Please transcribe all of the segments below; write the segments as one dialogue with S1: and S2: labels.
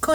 S1: こ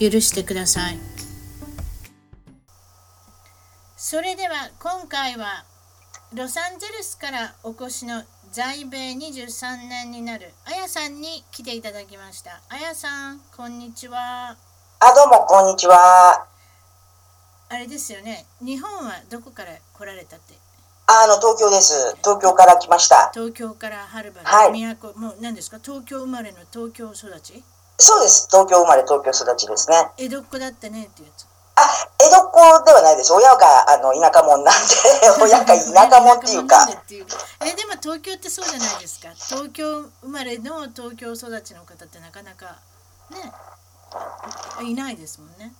S1: 許してくださいそれでは今回はロサンゼルスからお越しの在米23年になるあやさんに来ていただきましたあやさんこんにちは
S2: あ、どうも、こんにちは。
S1: あれですよね日本はどこから来られたって
S2: あの、東京です。東京から来ました。
S1: 東京からはるばる、
S2: はい
S1: 都もう何ですか東京生まれの東京育ち
S2: そうです。東京生まれ、東京育ちですね。
S1: 江戸っ子だったねっていうやつ
S2: あ、江戸っ子ではないです。親が、あの、田舎 者なんで、親が田舎者っていう
S1: 田舎者なん
S2: か
S1: で。っていうえでも東京ってそうじゃないですか東京生まれの東京育ちの方ってなかなかねいないですもんね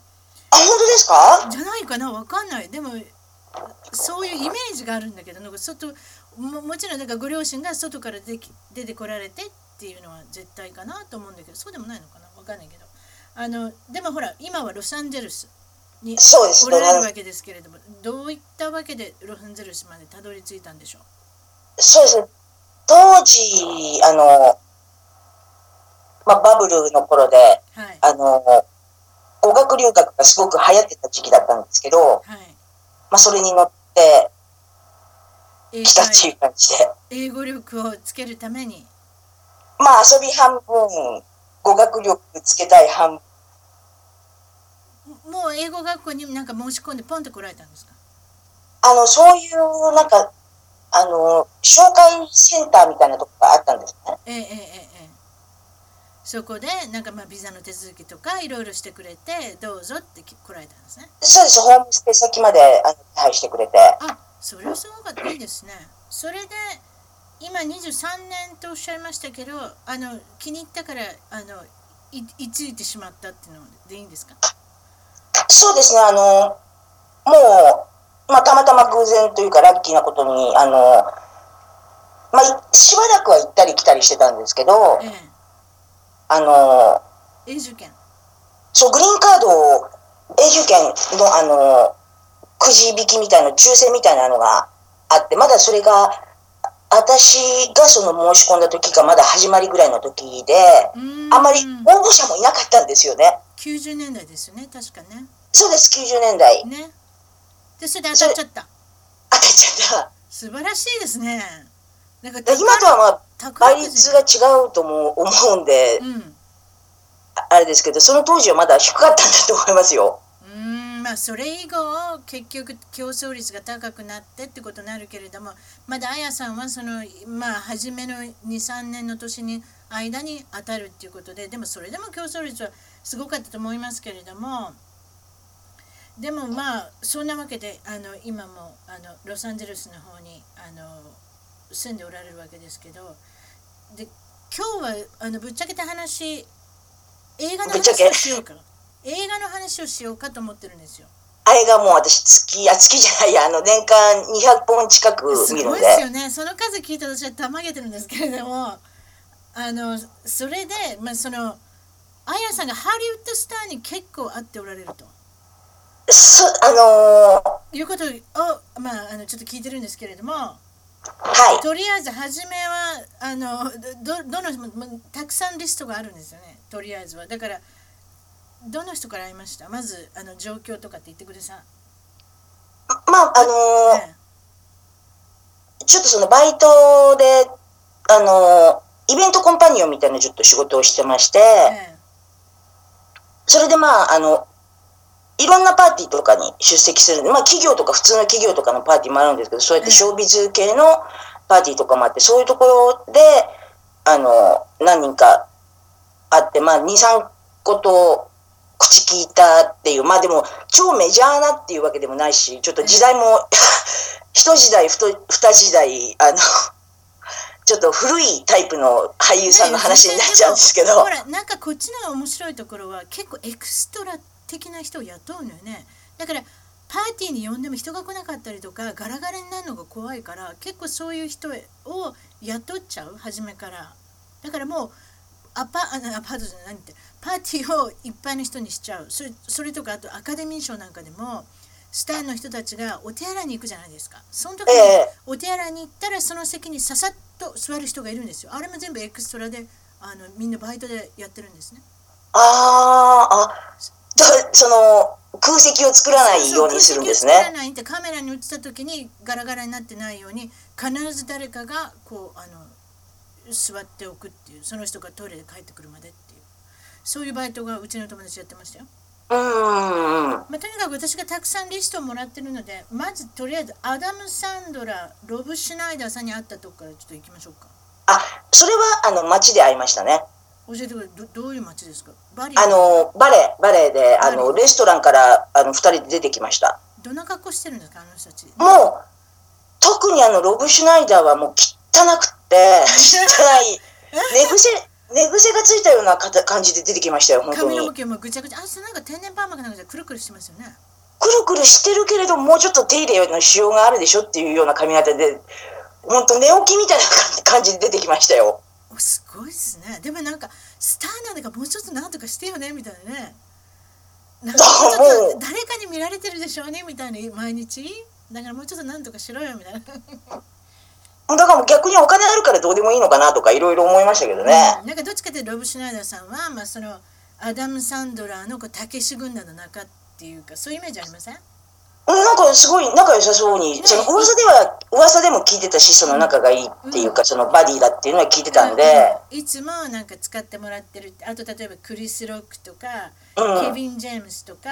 S2: あ、本当ですか
S1: じゃないかなわかんないでもそういうイメージがあるんだけどなんか外ももちろんだからご両親が外からでき出てこられてっていうのは絶対かなと思うんだけどそうでもないのかなわかんないけどあのでもほら今はロサンゼルスに
S2: そうです
S1: おられる
S2: ロサ
S1: わけですけれどもどういったわけでロサンゼルスまでたどり着いたんでしょう
S2: そうです。当時、あの、まあ、バブルの頃で、
S1: はい
S2: あの、語学留学がすごく流行ってた時期だったんですけど、
S1: はい
S2: まあ、それに乗って
S1: 英
S2: きたっていう感じで。
S1: 英語力をつけるために
S2: まあ遊び半分、語学力つけたい半分。
S1: もう英語学校になんか申し込んでポンと来られたんですか
S2: あの、そういう、なんか、あの、紹介センターみたいなとこがあったんですね。
S1: ええええええそこでなんかまあビザの手続きとかいろいろしてくれてどうぞってき来られたんですね
S2: そうです、ホームステイ先まであの手配してくれて。
S1: あそれはすごかったいいですねそれで今23年とおっしゃいましたけどあの気に入ったからあのい居ついてしまったっていうのでいいんですか
S2: そうですね、あの、もう、まあ、たまたま偶然というか、ラッキーなことに、あの、まあ、いしばらくは行ったり来たりしてたんですけど
S1: え、
S2: あの、
S1: え永住権
S2: そう、グリーンカードを、永住権の、あの、くじ引きみたいな、抽選みたいなのがあって、まだそれが、私がその申し込んだ時がまだ始まりぐらいの時で、
S1: うーん
S2: あまり応募者もいなかったんですよね。
S1: 90年代ですよね確かね
S2: そうです、90年代。
S1: ねでそれで当たっちゃった
S2: 当たっちゃっ
S1: 素晴らしいですねなんか
S2: た。今とはまあ、
S1: 宝
S2: 倍
S1: くじ
S2: 率が違うとも思うんで、
S1: うん
S2: あれですけど、その当時はまだ低かったんだと思いますよ。
S1: うーんまあそれ以後結局競争率が高くなってってことになるけれどもまだあやさんはそのまあ初めの23年の年に間に当たるっていうことででもそれでも競争率はすごかったと思いますけれどもでもまあそんなわけであの今もあのロサンゼルスの方にあの住んでおられるわけですけどで今日はあのぶっちゃけた話映画の
S2: ぶっちゃ
S1: 話
S2: け
S1: をしようか映画の話をしようかと思ってるんですよ。
S2: あれがもう私月、あ、月じゃないや、あの、年間200本近く
S1: す
S2: 見る
S1: ご
S2: ん
S1: い
S2: で
S1: で。すよね。その数聞いた私はたまげてるんですけれども、あのそれでまあそのあやさんがハリウッドスターに結構会っておられると
S2: そあのー
S1: いうことをまああのちょっと聞いてるんですけれども、
S2: はい。
S1: とりあえず初めはあのどどのももたくさんリストがあるんですよね。とりあえずはだからどの人から会いました。まずあの状況とかって言ってください。
S2: まあ、あの
S1: ね
S2: ーちょっとそのバイトで、あのーイベントコンパニオンみたいなちょっと仕事をしてまして、
S1: ね
S2: それでまあ、あの、いろんなパーティーとかに出席するんで、まあ企業とか普通の企業とかのパーティーもあるんですけど、そうやってショービズ系のパーティーとかもあって、そういうところで、あの、何人か会って、まあ2、3個と口聞いたっていう、まあでも超メジャーなっていうわけでも ないし、ちょっと時代も、一時代、ふと二時代、あの、ちちょっと古いタイプの俳優さんの話になっちゃうんですけど
S1: ほらなんかこっちの面白いところは結構エクストラ的な人を雇うのよねだからパーティーに呼んでも人が来なかったりとかガラガラになるのが怖いから結構そういう人を雇っちゃう初めからだからもうアパあアパートじゃないってパーティーをいっぱいの人にしちゃうそれそれとかあとアカデミー賞なんかでもスターの人たちがお手洗いに行くじゃないですかその時に
S2: ええ
S1: お手洗いに行ったらその席にささっと座る人がいるんですよあれも全部エクストラであのみんなバイトでやってるんですね
S2: あああだその空席を作らないようにするんです
S1: そうそう
S2: ね
S1: 空気を作らないってカメラに映った時にガラガラになってないように必ず誰かがこうあの座っておくっていうその人がトイレで帰ってくるまでっていうそういうバイトがうちの友達やってましたよ、
S2: うーん
S1: まあ、とにかく私がたくさんリストをもらってるのでまずとりあえずアダム・サンドラロブ・シュナイダーさんに会ったとこからちょっと行きましょうか
S2: あそれはあの街で会いましたね
S1: 教えてくれどどういう街ですかバリ
S2: あのバレエバレエであ
S1: バ
S2: のレストランからあの2人で出てきました
S1: どんな格好してるんですかあの人たち
S2: もう特にあのロブ・シュナイダーはもう汚くて 汚い寝癖寝癖がついたようなかた感じで出てきましたよ本当
S1: 髪
S2: に
S1: の毛もぐちゃぐちゃあそれなんか天然パーマかなんかじゃくるくるしてますよね
S2: くるくるしてるけれどもうちょっと手入れのしようがあるでしょっていうような髪型で本当寝起きみたいな感じで出てきましたよ
S1: おすごいですねでもなんかスターなんだからもうちょっとなんとかしてよねみたいなねなんか
S2: そう
S1: もうちょっ
S2: も
S1: と
S2: う
S1: 誰かに見られてるでしょうねみたいな毎日だからもうちょっとなんとかしろよみたいな
S2: だからもう逆にお金あるからどうでもいいのかなとかいろいろ思いましたけどね、
S1: うんなんかどっちかっていうとロブ・シュナイダーさんは、まあ、そのアダム・サンドラーのこうたけし軍団の中っていうかそういうイメージありません
S2: なんかすごい仲良さそうに、
S1: ね
S2: その噂では、噂でも聞いてたし、その仲がいいっていうか、そのバディだっていうのは聞いてたんで、
S1: うんいつもなんか使ってもらってるってあと例えばクリス・ロックとか、
S2: うん
S1: ケビン・ジェームスとか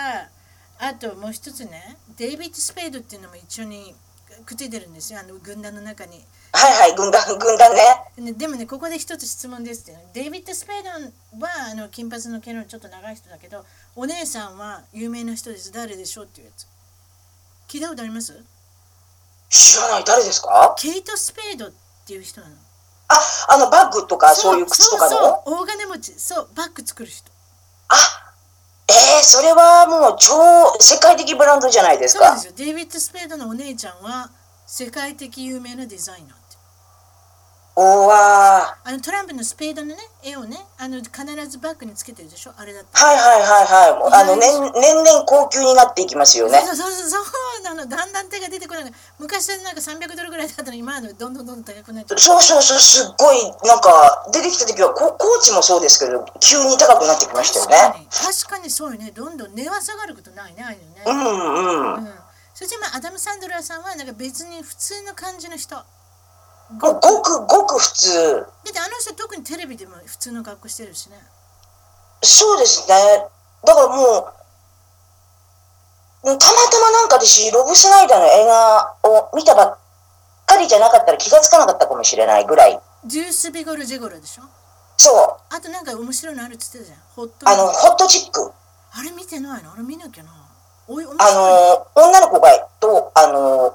S1: あともう一つねデイビッド・スペイドっていうのも一緒にくっついてるんですよあの軍団の中に、
S2: はいはい、軍団、軍団ね。
S1: ね、でもねここで一つ質問ですっていうのデイビッド・スペイドはあの金髪の毛のちょっと長い人だけどお姉さんは有名な人です誰でしょうっていうやつ聞いたことあります
S2: 知らない、誰ですか
S1: ケイト・スペイドっていう人なの
S2: あ、あの、バッグとか、そういう靴とかの
S1: そうそう大金持ちそうバッグ作る人
S2: あ、えー、それはもう超、世界的ブランドじゃないです
S1: そう
S2: か。
S1: ですよ。デイビッド・スペードのお姉ちゃんは世界的有名なデザイナーって。
S2: おわ
S1: あのトランプのスペードのね、絵をね、あの必ずバッグにつけてるでしょあれだって。
S2: ー。はいはいはいはい。あの、
S1: 意外で
S2: 年
S1: す、
S2: 年々高級になっていきますよね。
S1: そうそうそうそうなの。だんだん手が出てこない。昔はなんか300ドルぐらいだったのに、今はどんどんどんどん高くなっちゃう。
S2: そうそうそう、すっごい、なんか、出てきた時は、こコーチもそうですけど、急に高くなってきましたよ
S1: 確か
S2: ね。
S1: に確かにそうよね。どんどん値は下がることないね、ああいうのね。
S2: うんう
S1: う。
S2: ん
S1: ん。そしてまあアダム・サンドラーさんはなんか別に普通の感じの人。
S2: もうごくごく普通。
S1: だってあの人特にテレビでも普通の格好してるしね。
S2: そうですね。だからもう、もうたまたまなんか私、ロブ・シュナイダーの映画を見たばっかりじゃなかったら気がつかなかったかもしれないぐらい。
S1: ジュース・ビゴル・ジェゴルでしょ
S2: そう。
S1: あとなんか面白いのあるって言ってたじゃん。ホット
S2: あの、ホットチック。
S1: あれ見てないのあれ見なきゃな。おい、面白いの
S2: あの、女の子が、と、あの、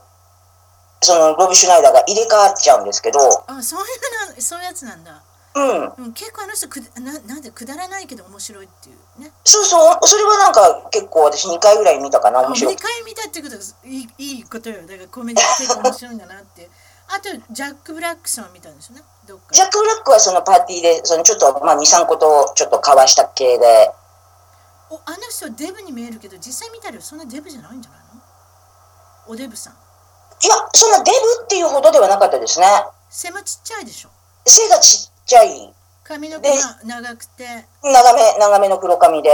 S2: その、ロブ・シュナイダーが入れ替わっちゃうんですけど、
S1: あそういうの、そういうやつなんだ。
S2: うん。
S1: うん、結構あの人くだな、なんでくだらないけど面白いっていうね。
S2: そうそう。それはなんか結構私2回ぐらい見たかな、
S1: あ
S2: 面
S1: 2
S2: 白
S1: 回
S2: い。
S1: 見たってことはいいいいことよ。だからコメディ結構面白いんだなっていう。あと、ジャック・ブラックさんを見たんですよね。どっか
S2: ジャック・ブラックはそのパーティーで、そのちょっと、まあ2、3個とちょっと交わした系で、
S1: おあの人デブに見えるけど、実際見たらそんなデブじゃないんじゃないのおデブさん。
S2: いや、そんなデブっていうほどではなかったですね。
S1: 背もちっちゃいでしょ。
S2: 背がちっちゃい、
S1: 髪の毛が長くて。
S2: 長め、長めの黒髪で、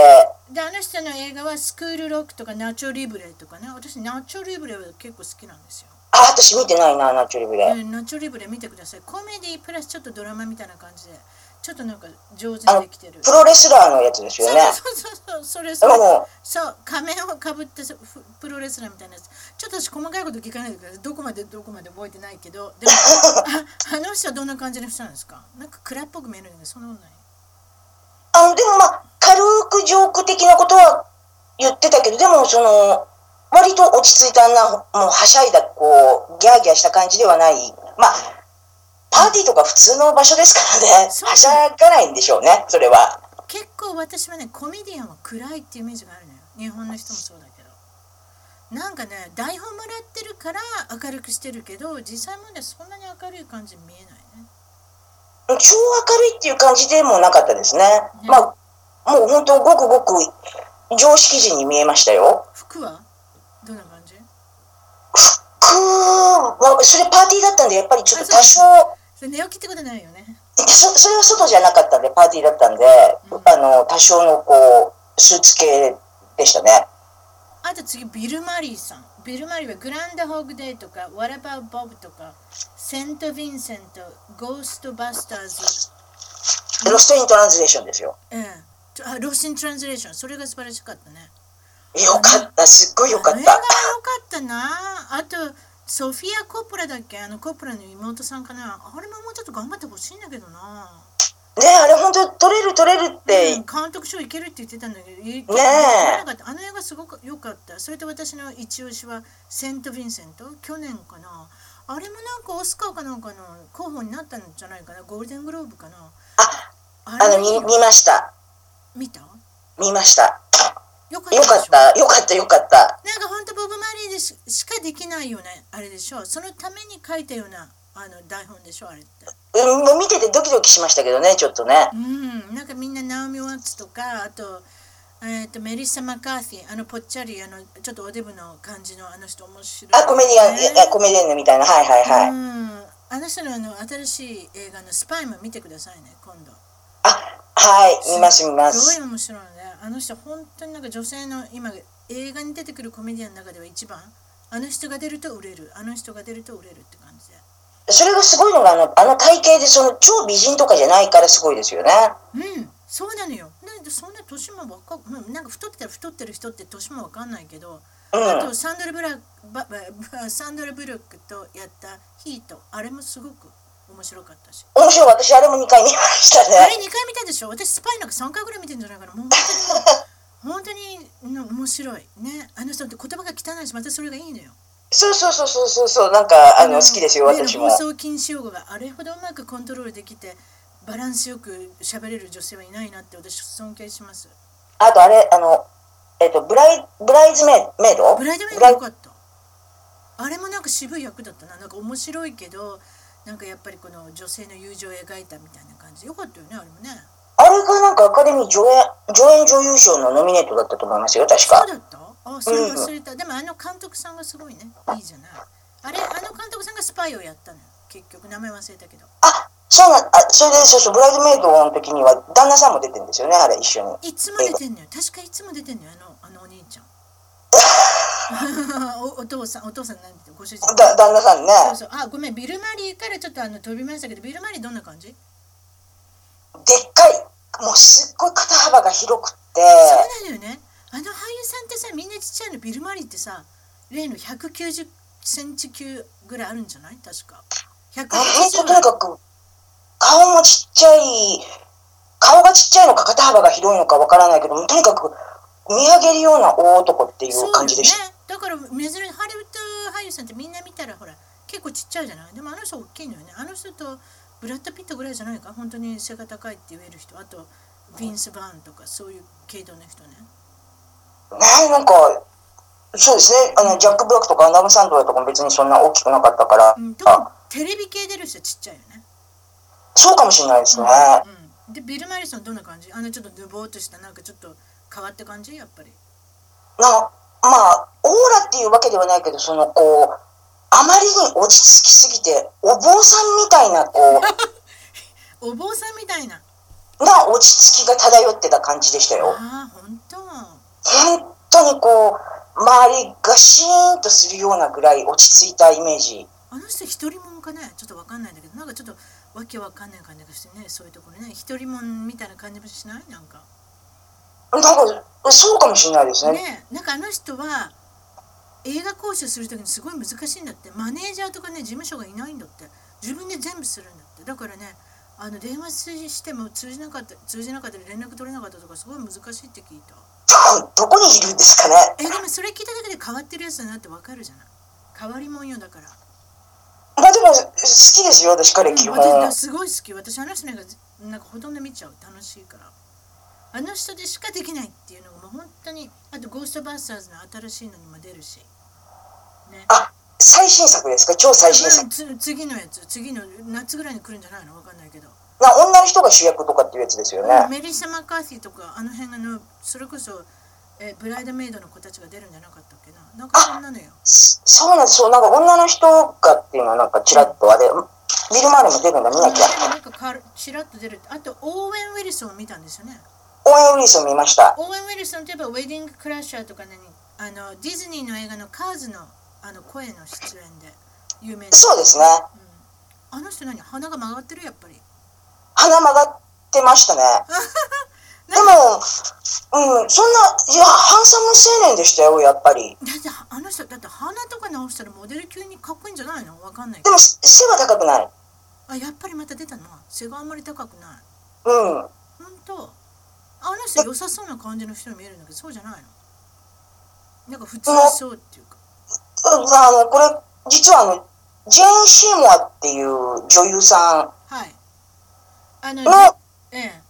S1: であの人の映画はスクールロックとかナチョリブレとかね私ナチョリブレは結構好きなんですよ、
S2: あ、私見てないな、ナチュリブレ。
S1: うんナチョリブレ見てくださいコメディプラスちょっとドラマみたいな感じでちょっとなんか上手にできてる
S2: プロレスラーのやつです
S1: そう
S2: よね。
S1: そうそうそうそれそ
S2: で
S1: れ
S2: も、
S1: そう仮面をかぶってそうふプロレスラーみたいなやつちょっと私細かいこと聞かないでくださいどこまでどこまで覚えてないけどでもああの人はどんな感じの人なんですかなんか暗っぽく見えるんだけどそんなことない
S2: あの、でもまあ、軽くジョーク的なことは言ってたけど、でもその、割と落ち着いたな、もうはしゃいだ、こう、ギャーギャーした感じではない。まあ、パーティーとか普通の場所ですからね、
S1: そう
S2: はしゃがないんでしょうね、それは。
S1: 結構私はねコメディアンは暗いっていうイメージがあるのよ日本の人もそうだけどなんかね台本もらってるから明るくしてるけど実際問題そんなに明るい感じ見えないね
S2: 超明るいっていう感じでもなかったですね。
S1: うん
S2: まあ、もう本当、ごくごく常識人に見えましたよ。
S1: 服はどんな感じ
S2: くーは、それパーティーだったんで、やっぱりちょっと多少、
S1: それ寝起きってことないよね
S2: そそれは外じゃなかったんで、パーティーだったんで、
S1: うん
S2: あの、多少のこう、スーツ系でしたね。
S1: あと次ビル・マリーさんビル・マリーはグランドホーグデーとか What About Bob とかセント・ヴィンセントゴースト・バスターズ、
S2: ロストイントランスレーションですよ。
S1: うん、ちょあロス・イン・トランスレーションそれが素晴らしかったね
S2: よかった、すっごいよかっ
S1: あれが良
S2: た
S1: か。ったなあとソフィア・コップラだっけあのコップラの妹さんかなあれももうちょっと頑張ってほしいんだけどな、
S2: ねあれ本当取れる取れるって、
S1: うん監督賞いけるって言ってたんだけどいけ
S2: え
S1: なかったあの映画すごく良かったそれと私の一押しはセント・ヴィンセント去年かなあれもなんかオスカーかなんかの候補になったんじゃないかなゴールデングローブかなあ
S2: あ
S1: れ
S2: の
S1: もいい
S2: 見
S1: よ
S2: 見ました
S1: 見た
S2: 見ました
S1: よかったでし
S2: よ
S1: ょ
S2: かったよかったよかった
S1: なんか本当ボブ・マリーでししかできないようなあれでしょそのために書いたようなあの台本でしょあれって
S2: うんもう見ててドキドキしましたけどねちょっとね
S1: うん、なんかみんなナオミ・ワッツとかあと,、えー、とメリッサ・マカーティあのぽっちゃりあのちょっとおデブの感じのあの人面白い、
S2: あコメディアン、
S1: ね
S2: いやコメディアンみたいなはいはいはい、
S1: うん、あの人のあの新しい映画の「スパイ」も見てくださいね今度
S2: あはい見ます見ます
S1: ごい
S2: す
S1: 面白いねあの人本当になんか女性の今映画に出てくるコメディアンの中では一番あの人が出ると売れるあの人が出ると売れるって感じで
S2: それがすごいのがあのあの体型でその超美人とかじゃないからすごいですよね
S1: うん、そうなのよ。なんでそんな年も若く、うんなんか太ってたら太ってる人って年もわかんないけど、
S2: うん
S1: あとサンドラブラババサンドラブルックとやったヒート、あれもすごく面白かったし。
S2: 面白い私あれも2回見ました
S1: あれ
S2: ね
S1: 2回見たでしょ私スパイなんか3回ぐらい見てんじゃないかな。もう本当にもう、本当にの面白い。ね、あの人って言葉が汚いし、またそれがいいのよ。
S2: そうそうそうそうそうそうなんかあの好きですよ
S1: ね
S2: 私も
S1: 放送禁止用語があれほどうまくコントロールできて、バランスよく喋れる女性はいないなって私尊敬します。
S2: あとあれあのえっとブライブライズメイメイド
S1: ブライドメイド良かったあれもなんか渋い役だったななんか面白いけどなんかやっぱりこの女性の友情を描いたみたいな感じよかったよねあれもね
S2: あれがなんかアカデミー上演上演女優賞のノミネートだったと思いますよ、確
S1: そう
S2: か。
S1: だったあそれ忘れた、でもあの監督さんがすごいねいいじゃないあれあの監督さんがスパイをやったのよ結局名前忘れたけど
S2: あそうなんあそれでそうそう、ブライドメイドの時には旦那さんも出てるんですよね、あれ、一緒に。
S1: いつも出てんのよ確かいつも出てんのよあのあのお兄ちゃん おお父さんお父さんなんてご主人
S2: だ旦那さんね、
S1: そうそうあごめんビル・マリーからちょっとあの飛びましたけどビル・マリーどんな感じ
S2: でっかい、もうすっごい肩幅が広くって、
S1: そうなのよね。あの俳優さんってさ、みんなちっちゃいのビルマリーってさ、例の190センチ級ぐらいあるんじゃない確か。
S2: あえっと、
S1: 180
S2: とにかく、顔もちっちゃい、顔がちっちゃいのか肩幅が広いのかわからないけども、とにかく見上げるような大男ってい
S1: そうう
S2: 感じでした。
S1: よね。だから珍しいハリウッド俳優さんってみんな見たらほら、結構ちっちゃいじゃないでもあの人大きいのよね。あの人とブラッド・ピットぐらいじゃないか本当に背が高いって言える人。あと、ヴィンス・バーンとかそういう系統の人ね。
S2: ねなんか、そうですね、あのジャック・ブラックとかアダム・サンドラとかも別にそんな大きくなかったから、
S1: うん、特にテレビ系出る人はちっちゃいよね。
S2: そうかもしれないですね。
S1: うん、で、ビル・マリーさんどんな感じあのちょっとぬぼーっとした、なんかちょっと変わった感じやっぱり。
S2: なまあ、オーラっていうわけではないけど、そのこう、あまりに落ち着きすぎて、お坊さんみたいな、こう、
S1: お坊さんみたいな。
S2: な落ち着きが漂ってた感じでしたよ。
S1: ああ、本当。
S2: 本当にこう、周りがシーンとするようなぐらい落ち着いたイメージ。
S1: あの人一人もんかね、ちょっとわかんないんだけど、なんかちょっとわけわかんない感じがしてね、そういうところね、一人もんみたいな感じもしないなんか。
S2: なんか、そうかもしれないですね。
S1: ねえ、なんかあの人は映画講習するときにすごい難しいんだって、マネージャーとかね、事務所がいないんだって、自分で全部するんだって。だからね、あの電話しても通じなかった、通じなかったり連絡取れなかったとか、すごい難しいって聞いた。
S2: どこ、どこにいるんですかね。
S1: え、でもそれ聞いただけで変わってるやつだなってわかるじゃない。変わりもんよだから。
S2: まあでも好きですよ、私、彼、基
S1: うん
S2: 本。
S1: 私すごい好き私あの人なんかなんかほとんど見ちゃう楽しいからあの人でしかできないっていうのがもう本当にあと「ゴーストバスターズ」の新しいのにも出るしね
S2: あ、最新作ですか超最新
S1: う
S2: 作
S1: ん。つ次のやつ次の夏ぐらいに来るんじゃないのわかんないけど、
S2: な女の人が主役とかっていうやつですよね。
S1: メリッサ・マッカーティとかあの辺のそれこそえブライドメイドの子たちが出るんじゃなかったっけななんかそんなのよ
S2: そそうなんです。そう、なんか女の人がっていうのはなんかちらっとあれ、ビル・マーレも出るんだ、見
S1: でも
S2: なきゃ。
S1: なんかかちらっと出るあとオーウェン・ウィルソンを見たんですよね
S2: 応援ウィリスを見ました。
S1: オーウェン・ウィルソンといえばウェディング・クラッシャーとか何あのディズニーの映画のカーズのあの声の出演で有名な
S2: そうですね。
S1: うん、あの人何鼻が曲がってるやっぱり
S2: 鼻曲がって ましたね。でも、うん、そんな、いや、ハンサム青年でしたよ、やっぱり。
S1: だってあの人だって鼻とか直したらモデル級にかっこいいんじゃないのわかんないけ
S2: で
S1: ど
S2: も、せ背は高くない。
S1: あやっぱりまた出たの背があんまり高くない
S2: うん。
S1: ほんとあの人良さそうな感じの人に見えるんだけどそうじゃないのなんか普通そうっていうか
S2: うんあの、これ、実はあの、ジェーン・シーモアっていう女優さ
S1: はいあの
S2: んの
S1: ええ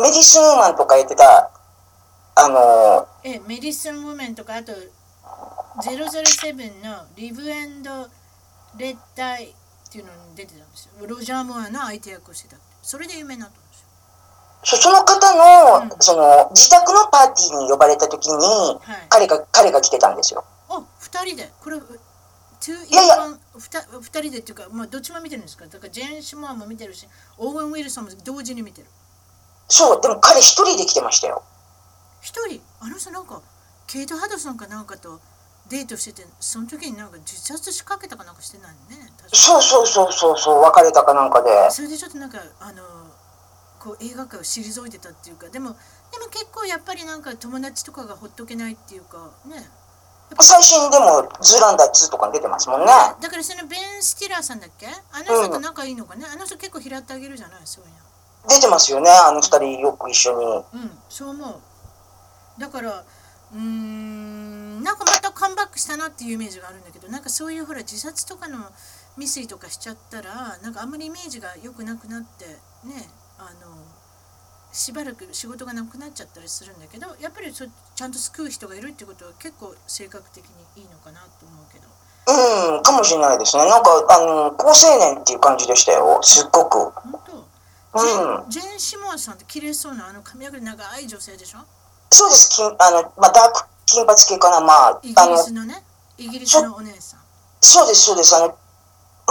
S2: メディスン・ウーマンとかやってた、あの、
S1: ええ、メディスン・ウォーメンとかあと007のリブエンド・レッダイっていうのに出てたんですよロジャー・モアの相手役をしてたってそれで有名になったんですよ
S2: そその方の、
S1: うん
S2: その、自宅のパーティーに呼ばれた時に、
S1: はい
S2: 彼が、彼が来てたんですよ。
S1: あ二人でこれ2
S2: いやいや
S1: 2人でっていうか、まあ、どっちも見てるんですかだからジェーン・シモアも見てるしオーウェン・ウィルソンも同時に見てる
S2: そう、でも彼一人で来てましたよ。
S1: 一人あの人なんかケイト・ハドソンかなんかとデートしててその時になんか自殺しかけたかなんかしてないのね確か
S2: そうそうそうそう、そう別れたかなんかで。
S1: それでちょっとなんかあのこう映画界を退いてたっていうかでもでも結構やっぱりなんか友達とかがほっとけないっていうかね
S2: 最新でも、ズーランダー2とかに出てますもんね。
S1: だからそのベン・スティラーさんだっけあの人と仲いいのかね、あの人結構拾ってあげるじゃないそういうの
S2: 出てますよね、あの二人よく一緒に。
S1: うんそう思うだからうーんなんかまたカムバックしたなっていうイメージがあるんだけどなんかそういうほら自殺とかの未遂とかしちゃったらなんかあんまりイメージが良くなくなってねあのしばらく仕事がなくなっちゃったりするんだけどやっぱりそちゃんと救う人がいるってことは結構性格的にいいのかなと思うけど
S2: うん、かもしれないですね。なんか、あの、高青年っていう感じでしたよ。すっごく。
S1: 本当
S2: う
S1: ジ
S2: ん
S1: ェ。ンジェーン・シモンさんって綺麗そうなあの髪の毛長い女性でしょ
S2: そうです。金あの、まあ、ダーク金髪系かな。まあ、
S1: イギ
S2: あ
S1: リ
S2: の、
S1: スのねイギリスのお姉さん
S2: そうです、そうです。あの、ま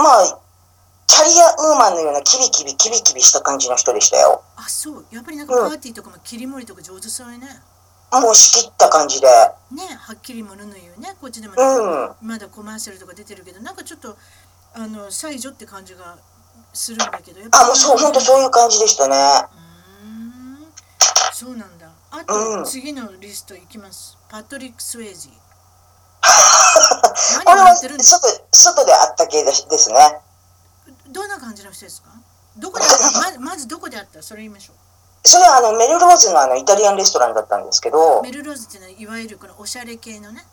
S2: あ、キャリアウーマンのようなキビキビ、キビキビした感じの人でしたよ。
S1: あそうやっぱりなんか
S2: うん
S1: パーティーとかも切り盛りとか上手そうやね
S2: もう仕切った感じで。
S1: ねはっきりものの言うねこっちでも
S2: う
S1: なんか
S2: ん。
S1: まだコマーシャルとか出てるけどなんかちょっとあの才女って感じがするんだけどやっぱ
S2: あ、もうそう、ほんとそういう感じでしたね。
S1: うーんそうなんだあ
S2: うん
S1: と次のリストいきますパトリック・スウェイ ジー
S2: これ
S1: 何や
S2: は、
S1: ってるんです
S2: 外、外であった系ですですね。
S1: どんな感じの人ですかどこで会 ったままずどこで会ったそれ言いましょ
S2: それはあの、メルローズのあの、イタリアンレストランだったんですけ
S1: う
S2: ど、
S1: メルローズっていうのはいわゆるこのおしゃれ系のね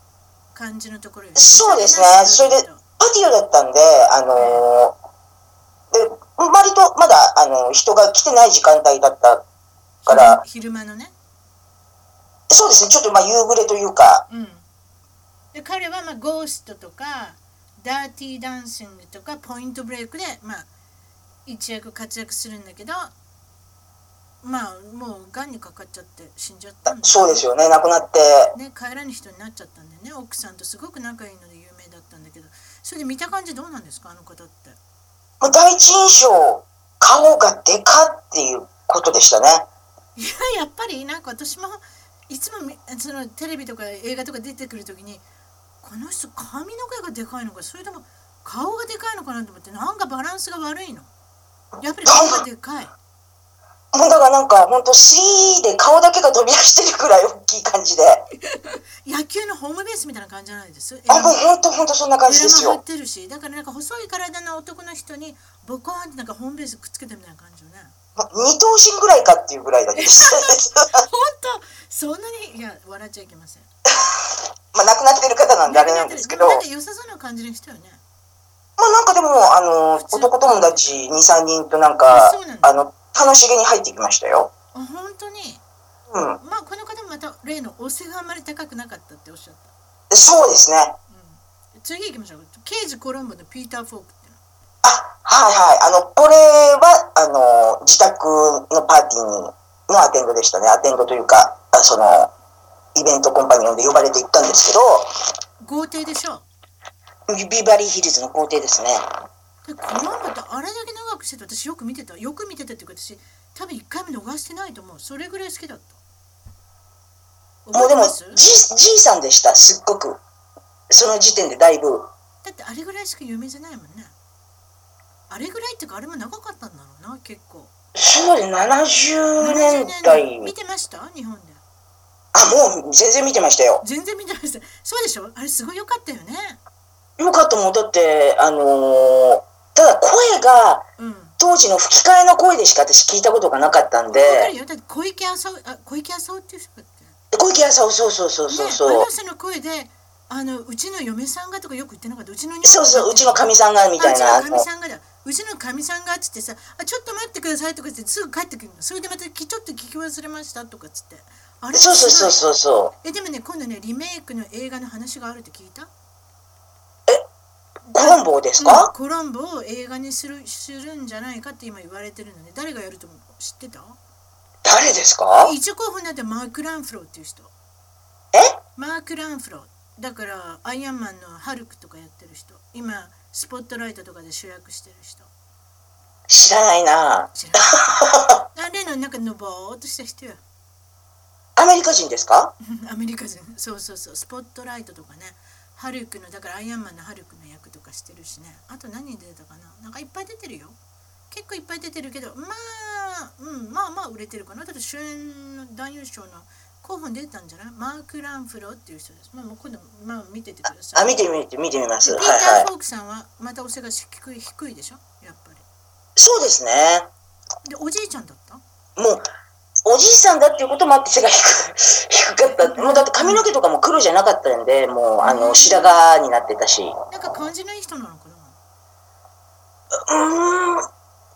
S1: 感じのところよ
S2: そうですね
S1: おしゃな
S2: それでパティオだったんで、あのーで、割とまだ、あの、人が来てない時間帯だった。から
S1: 昼間のね、
S2: そうですね、ちょっとまあ、夕暮れというか、
S1: うん、で彼はまあゴーストとかダーティーダンシングとかポイントブレイクでまあ一躍活躍するんだけどまあもうがんにかかっちゃって死んじゃったんだ
S2: そうです
S1: よ
S2: よね、亡くなって、
S1: ね帰らぬ人になっちゃったんでね奥さんとすごく仲いいので有名だったんだけどそれで見た感じどうなんですかあの方って
S2: もう第一印象、顔がでかっていうことでしたね。
S1: いややっぱりなんか私もいつもみそのテレビとか映画とか出てくるときにこの人髪の毛がでかいのかそれとも顔がでかいのかなと思ってなんかバランスが悪いのやっぱり顔がでかい
S2: もうだからなんか、ほんと 3D で顔だけが飛び出してるくらい大きい感じで、
S1: 野球のホームベースみたいな感じじゃないです
S2: あ、もうほんとほんとそんな感じです
S1: 上回っ
S2: よ。
S1: てるしだからなんか細い体の男の人にボコーンってなんかホームベースくっつけたみたいな感じよね
S2: 二頭身ぐらいかっていうぐらいだけで した。
S1: 本当そんなにいや笑っちゃいけません
S2: まあ、亡くなってる方なんであれなんですけど、
S1: もなんか良さそうな感じの人よね
S2: まあなんかでも、あの
S1: 普、通
S2: 男友達2、3人となんか
S1: そうなん、だ
S2: あの、楽しげに入ってきましたよ。
S1: あ本当に
S2: うん。
S1: まあこの方もまた例のお背があまり高くなかったっておっしゃった、
S2: そうですね。あ、
S1: うん、次行きましょうケージ・コロンボのピーター・フォークっていうの
S2: はいはい。あの、これは、あの、自宅のパーティーにのアテンドでしたね。アテンドというか、あその、イベントコンパニオンで呼ばれて行ったんですけ
S1: 豪邸でしょ
S2: ど、ビバリーヒルズの豪邸ですね。
S1: でコロンボってあれだけ長くしてて私よく見てたよく見てたっていうか私多分一回も逃してないと思うそれぐらい好きだった
S2: もう
S1: 覚
S2: で
S1: え
S2: も
S1: ま、
S2: じ
S1: す
S2: い、じいさんでした。すっごく。その時点でだいぶ。
S1: だってあれぐらいしか有名じゃないもんねあれぐらいっていうかあれも長かったんだろうな結構
S2: そうです。70
S1: 70
S2: 年代。
S1: 見てました日本で
S2: あ、もう全然見てましたよ。
S1: 全然見てましたそうでしょあれすごい良かったよね
S2: よかったもん。だって、あのーただ声が、
S1: うん
S2: 当時の吹き替えの声でしか私聞いたことがなかったんで
S1: わ、かるよだって小池浅尾あ小池浅尾っていう人だって
S2: 小池屋さん、そうそうそうそうそう。
S1: ね、あの人の声であのうちの嫁さんがとかよく言ってなかったうちの女房
S2: そうそう、うちのかみさんが、みたいな。
S1: あうちのかみ
S2: あの
S1: さんがだうちのかみさんがっつってさあちょっと待ってくださいとか言ってすぐ帰ってくるのそれでまたきちょっと聞き忘れましたとかっつってあれ
S2: そうそうそうそうそ
S1: えでもね今度ねリメイクの映画の話があるって聞いた
S2: う。コロンボです
S1: うん
S2: か、
S1: コロンボを映画にするするんじゃないかって今言われてるのね誰がやると思う知ってた
S2: 誰ですか
S1: 一応候補になってマーク・ランフローっていう人
S2: え
S1: マーク・ランフローだからアイアンマンのハルクとかやってる人今スポットライトとかで主役してる人
S2: 知らないな。
S1: 知ら ないあれのなんかのぼーっとした人や
S2: アメリカ人ですか
S1: アメリカ人そうそうそうスポットライトとかねハルクのだからアイアンマンのハルクの役とかしてるしねあと何に出てたかななんかいっぱい出てるよ結構いっぱい出てるけどまあ、うん、まあまあ売れてるかなだって主演の男優賞の候補に出てたんじゃないマーク・ランフローっていう人ですまあもう今度、まあ、見ててください
S2: あ、見てみて、見てみま
S1: ピ
S2: す。
S1: ー
S2: はい
S1: ター・
S2: は
S1: フォークさんはまたお背が低い低いでしょやっぱり
S2: い。そうですね。
S1: でおじいちゃんだった
S2: もう、おじいさんだっていうこともあって背が低く低かった。もうだって髪の毛とかも黒じゃなかったんで、もう、あの、白髪になってたし。
S1: なんか感じのいい人なのかな
S2: うーん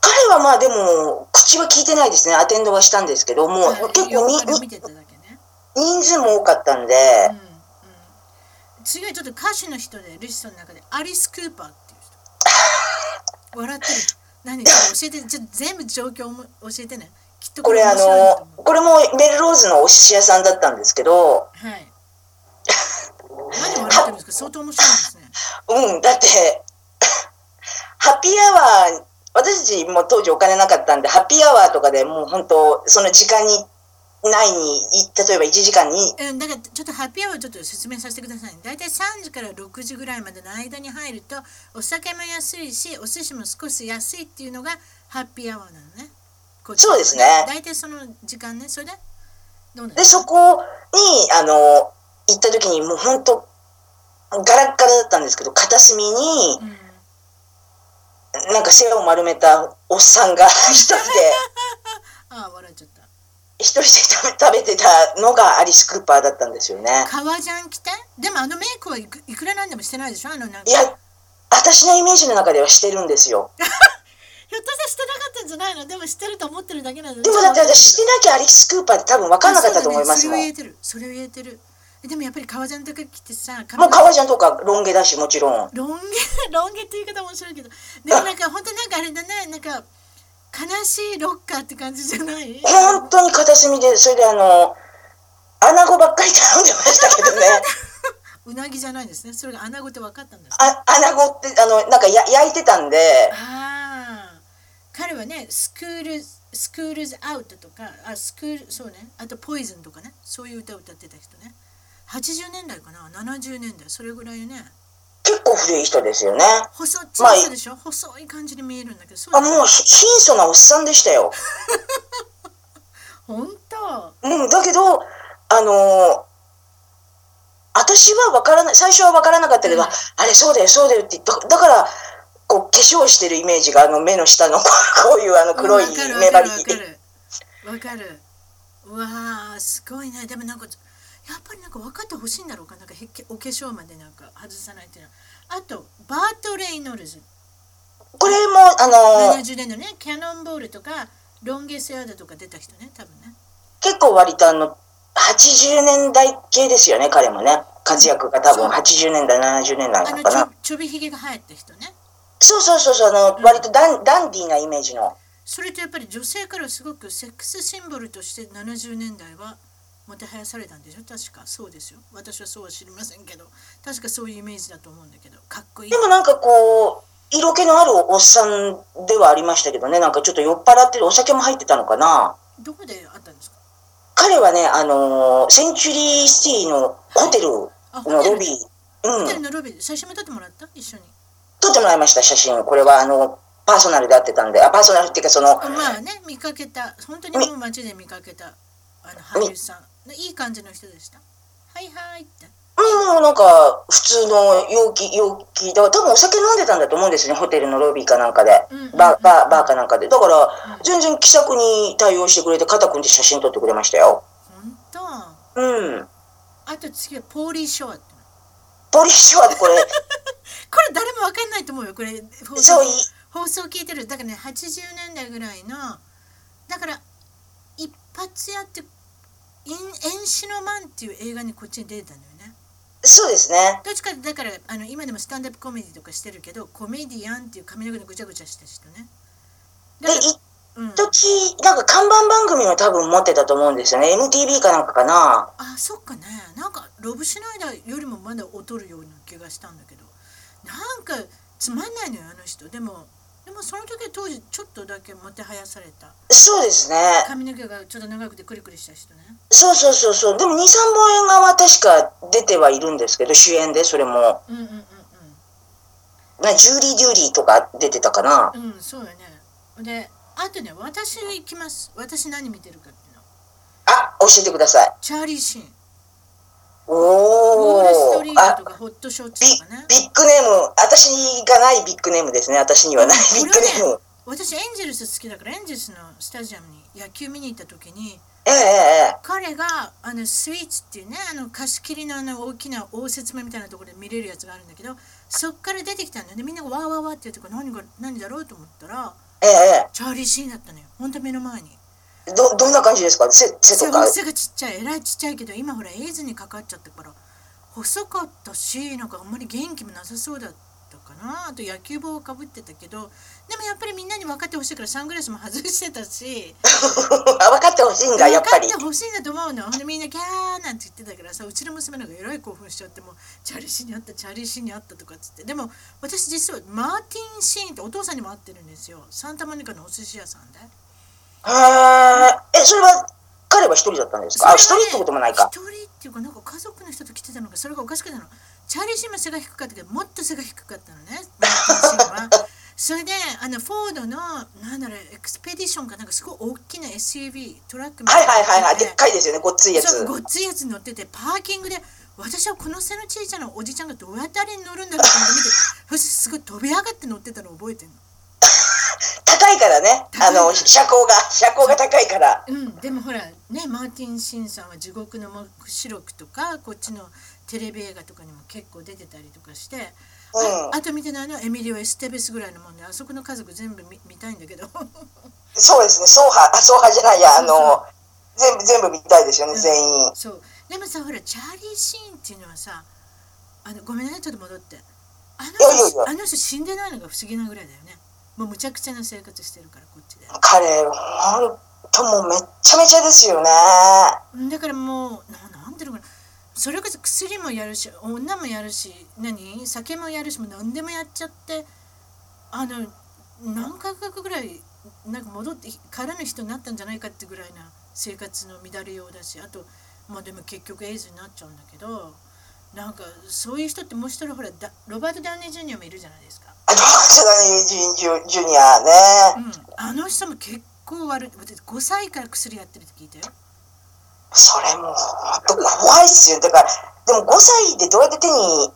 S2: 彼はまあでも口は聞いてないですねアテンドはしたんですけどもう
S1: はい
S2: 結構に
S1: 横から
S2: に
S1: 見てただけね
S2: 人数も多かったんで、
S1: うんうん次はちょっと歌手の人でリストの中でアリス・クーパーっていう人笑ってる何ちょっと教えてちょっと全部状況も教えてねきっと
S2: これあ
S1: 面白いと
S2: の
S1: 思う
S2: これもベルローズのお寿司屋さんだったんですけど
S1: はい何笑ってるんですか相当面白いですね
S2: うんだって ハッピーアワー私たちも当時お金なかったんでハッピーアワーとかでもう本当その時間にないに例えば1時間に
S1: うん、だからちょっとハッピーアワーをちょっと説明させてください、ね。大体3時から6時ぐらいまでの間に入るとお酒も安いしお寿司も少し安いっていうのがハッピーアワーなのね。こっち
S2: そうですね
S1: 大体その時間ね。それでどうなの
S2: で、そこに、あの、行った時に、もう本当ガラッガラだったんですけど、片隅に、
S1: うん、
S2: なんか背を丸めたおっさ んが一人で、
S1: ああ笑っちゃった。
S2: 一人で食べ食べてたのがアリス・クーパーだったんですよね。
S1: 革ジャン着てでもあのメイクはいくいくらなんでもしてないでしょあのなんか
S2: いや、私のイメージの中ではしてるんですよ。
S1: ひょっとしてしてなかったんじゃないのでもしてると思ってるだけなんで
S2: でもだって私してなきゃアリス・クーパーって多分分かんなかったと思います
S1: そ
S2: も
S1: うだ
S2: ん。
S1: ねそれを言えてる。それを言えてる。えでもやっぱり革ジャンとか着てさ、
S2: もう革ジャンとかロン毛だし、もちろん。
S1: ロン毛ロン毛って言い方面白いけどでもなんか本当なんかあれだねなんか悲しいロッカーって感じじゃない
S2: 本当に片隅で、それであの、穴子ばっかり頼んでましたけど ね。
S1: うなぎじゃないんですねそれが穴子って分かったんです
S2: あ、穴子って、あの、なんかや焼いてたんで、
S1: ああ彼はねスクールスクールズアウトとかあスクールそうねあとポイズンとかねそういう歌を歌ってた人ね80年代かな70年代それぐらいね
S2: 結構古い人ですよね。
S1: 細っ
S2: まあ
S1: 小さでしょ、細い感じに見えるんだけどそう
S2: あ、
S1: だね
S2: もう、ひ貧相なおっさんでしたよ。
S1: 本当
S2: うん、だけど、あのー私は分からない、最初は分からなかったけど、
S1: うん
S2: あれ、そうだよ、そうだよって言った。だから、こう、化粧してるイメージが、あの、目の下の、 こうこういう、あの、黒い
S1: うんわかる
S2: 目
S1: わか
S2: 張
S1: る
S2: り。
S1: わかるわかるうわーすごいねでもなんかややっぱりなんか分かってほしいんだろうかなんかへっけお化粧までなんか外さないっていうのはあとバート・レイノルズ
S2: これも、あの、
S1: 70年のねキャノンボールとかロンゲスヤードとか出た人ね多分ね
S2: 結構割とあの、80年代系ですよね、彼もね。活躍が多分80年代、70年代な
S1: あ
S2: の
S1: の
S2: か
S1: ちょ
S2: な。
S1: ちょびひげが生えた人ね
S2: そうそうそうそう、あの、割とダンダンディーなイメージの。
S1: それとやっぱり女性からすごくセックスシンボルとして70年代はもてはやされたんでしょ確かそうですよ私はそうは知りませんけど確かそういうイメージだと思うんだけどかっこいい
S2: でもなんかこう、色気のあるおっさんではありましたけどね、なんかちょっと酔っ払ってるお酒も入ってたのかな。
S1: どこであったんですか
S2: 彼はね、あのーセンチュリーシティのホテルの
S1: あ
S2: ロビー、
S1: ホ
S2: う
S1: テル
S2: ん、
S1: のロビーで写真も撮ってもらった一緒に
S2: 撮ってもらいました、写真。これはあの、パーソナルで会ってたんで、あ、パーソナルっていうかその、
S1: まあね見かけた本当にもう街で見かけたあの俳優さんいい感じの人でしたはいはいって
S2: うん、もうなんか、普通の容器、容器、だから多分お酒飲んでたんだと思うんですね、ホテルのロビーかなんかで。
S1: うんうんうん
S2: バー、バー、バーかなんかで。だから、
S1: うん
S2: 全然気さくに対応してくれて、肩組んで写真撮ってくれましたよ。
S1: 本当あ
S2: うん。
S1: と次はポーリー・ショーって
S2: ポリッシュはこれ、
S1: これ誰もわかんないと思うよこれ放送
S2: そうい
S1: 放送聞いてるだからね80年代ぐらいのだから一発やって「因縁死のマン」っていう映画にこっちに出てたんだよね
S2: そうですね。
S1: どっちかってだからあの今でもスタンダップコメディとかしてるけどコメディアンっていう髪の毛のぐちゃぐちゃした人ね
S2: で、
S1: だか
S2: 一
S1: ら、うん、
S2: 時、なんか看板番組も多分持ってたと思うんですよね。MTV かなんかかな。
S1: あそっかねなんかロブシュナイダーよりもまだ劣るような気がしたんだけどなんかつまんないのよあの人でもでもその時は当時ちょっとだけもてはやされた
S2: そうですね。
S1: 髪の毛がちょっと長くてクリクリした人ね
S2: そうそうそうそう。でも2、3本映画は確か出てはいるんですけど、主演で、それも。
S1: うんうんうん
S2: なジューリー・デューリーとか出てたかな。
S1: うんうんそうよねであとね私行きます私何見てるかっていうの
S2: あ、教えてください。
S1: チャーリー・シーンウォール・ス
S2: お
S1: ト
S2: お
S1: リ。ー
S2: あ
S1: トと、かホット・ショー
S2: ビ
S1: ツとかね
S2: ビッグネーム。私がないビッグネームですね。私にはない
S1: これ
S2: ビ
S1: ね
S2: ッグネーム。
S1: 私エンジェルス好きだからエンジェルスのスタジアムに野球見に行った時に
S2: えええ
S1: 彼があのスイーツっていうねあの貸し切りのあの大きな応接間みたいなところで見れるやつがあるんだけどそっから出てきたんだよねみんながわーわーわーって言うとから何が何だろうと思ったら
S2: えええ
S1: チャーリー・シーンだったのよほんと目の前に
S2: ええ。ど、どんな感じですか背、背
S1: 背
S2: とか。
S1: がちっちゃいえらいちっちゃいけど今ほらエイズにかかっちゃったから細かったしなんかあんまり元気もなさそうだったかなあと野球帽をかぶってたけどでもやっぱりみんなに分かってほしいからサングラスも外してたし
S2: あ分かってほしいんだ、
S1: 分
S2: や
S1: か
S2: っぱ
S1: っ
S2: り
S1: て。ほしいんだと思うのほんでみんなキャーなんて言ってたからさうちの娘の方がえらい興奮しちゃってもうチャーリーシーにあったチャーリーシーにあったとかっつってでも私実はマーティンシーンってお父さんにも会ってるんですよサンタモニカのお寿司屋さんで。
S2: へえ。え、それは、彼は一人だったんですかあ、一
S1: それはね
S2: 人ってこともないか。
S1: 一人っていうかなんか家族の人と来てたのかそれがおかしくなのチャーリー・シーンも背が低かったけどもっと背が低かったのねマーティンシーンは それであのフォードのなんだろうエクスペディションかなんかすごい大きな SUV トラックみ
S2: は
S1: た
S2: い
S1: いな
S2: はい
S1: の
S2: は
S1: 乗
S2: いはい。
S1: って
S2: でっかいですよね、ごっついやつ。
S1: そうごっついやつ乗っててパーキングで私はこの背の小さなおじちゃんがどうやってあれに乗るんだろうと思って見てそしてすごい飛び上がって乗ってたの覚えてるの
S2: 高いからね。あ
S1: 高
S2: の、
S1: い
S2: 車高が、車高が高いから。
S1: うん、でもほらねマーティン・シンさんは「地獄の黙示録」とかこっちのテレビ映画とかにも結構出てたりとかして、
S2: うん
S1: ああと見てないのはエミリオ・エステベスぐらいのもんであそこの家族全部見見たいんだけど
S2: そうですね、総派、あ総派じゃないや、あの、全部、全部見たいですよね、
S1: うん
S2: 全員。
S1: そうでもさほらチャーリー・シーンっていうのはさあのごめんなさいちょっと戻ってあの人
S2: いやいやいや
S1: あの人死んでないのが不思議なぐらいだよねもうむちゃくちゃな生活してるからこっちで
S2: 彼、ほんともうめっちゃめちゃですよね。
S1: だからもうななんていうのかなそれこそ薬もやるし女もやるし何酒もやるしもう何でもやっちゃってあの何回かぐらいなんか戻ってからの人になったんじゃないかってぐらいな生活の乱れようだしあとまあでも結局エイズになっちゃうんだけどなんかそういう人ってもう一人ほらだロバート・ダウニー・ジュニアもいるじゃないですか。
S2: あの、世代のジュジュジュニアね。
S1: うん、あの人も結構悪い私5歳から薬やってるって聞いたよ。
S2: それもうほんと怖いっすよ。だから、でも5歳でどうやって手に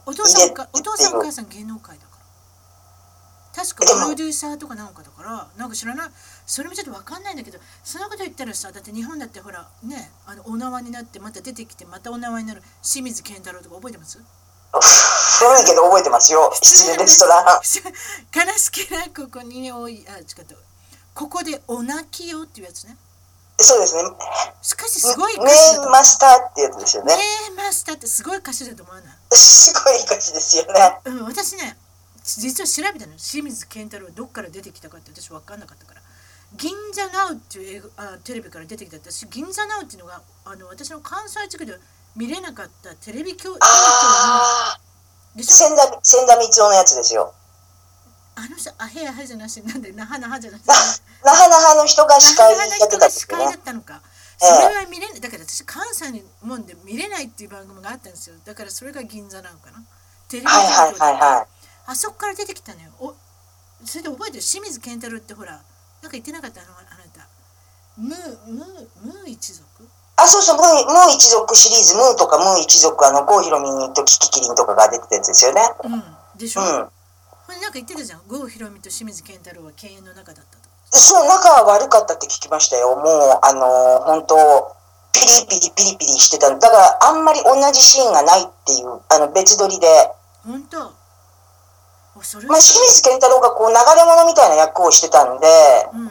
S1: お父さ
S2: 入
S1: ん
S2: れ
S1: かお父さんお母さん芸能界だから確かプロデューサーとかなんかだからなんか知らないそれもちょっと分かんないんだけどそんなこと言ったらさだって日本だってほらねあのお縄になってまた出てきてまたお縄になる清水健太郎とか覚えてます
S2: 古いけど覚えてますよ。失 礼レストラン。
S1: 悲しきらここにおいあ違ったここでお泣きよっていうやつね
S2: そうですね。
S1: しかしすごい歌
S2: メ
S1: 詞だと
S2: イン
S1: 思う
S2: マスターってやつですよ ね
S1: ね。えマスターってすごい歌詞だと思わない
S2: すごい歌詞ですよね。
S1: うん、私ね実は調べたの清水健太郎どっから出てきたかって私分かんなかったから「銀座ナウっていう映画あテレビから出てきた私銀座ナウっていうのがあの私の関西地区では見れなかったテレビ教育の
S2: ああ、
S1: でしょ
S2: 千田千田光雄のやつですよ。
S1: あの人あへやへじゃなしなんでなはなはじゃなし
S2: ななはなはの人が司
S1: な
S2: 会
S1: はな
S2: やっ
S1: 人
S2: てた
S1: が
S2: んです
S1: 司
S2: よ
S1: 会だ
S2: ね
S1: っ。たのか
S2: え
S1: そ
S2: え
S1: れは見れないだから私関西にもんで見れないっていう番組があったんですよだからそれが銀座なのかなテレビ
S2: はいはい
S1: 東京
S2: はいは
S1: あそこから出てきたのよ。おそれで覚えてる清水健太郎ってほら、なんか言ってなかったあのあなた。ムー、ムー、ムー一族
S2: い。あ、そうそう、ムームー一族シリーズ、ムーとかムー一族、あの、郷ひろみとキキキリンとかが出てたやつですよね。
S1: うん。でし
S2: う。
S1: ょ、うんれなんか言ってたじゃん。郷ひろみと清水健太郎は犬猿の中だったと。
S2: そう、仲は悪かったって聞きましたよ。もう、あのー本当ピリピリピリピリしてたのだから、あんまり同じシーンがないっていう、あの、別撮りで。
S1: 本当おそれ
S2: まあ、清水健太郎がこう、流れ者みたいな役をしてたんで、
S1: うん。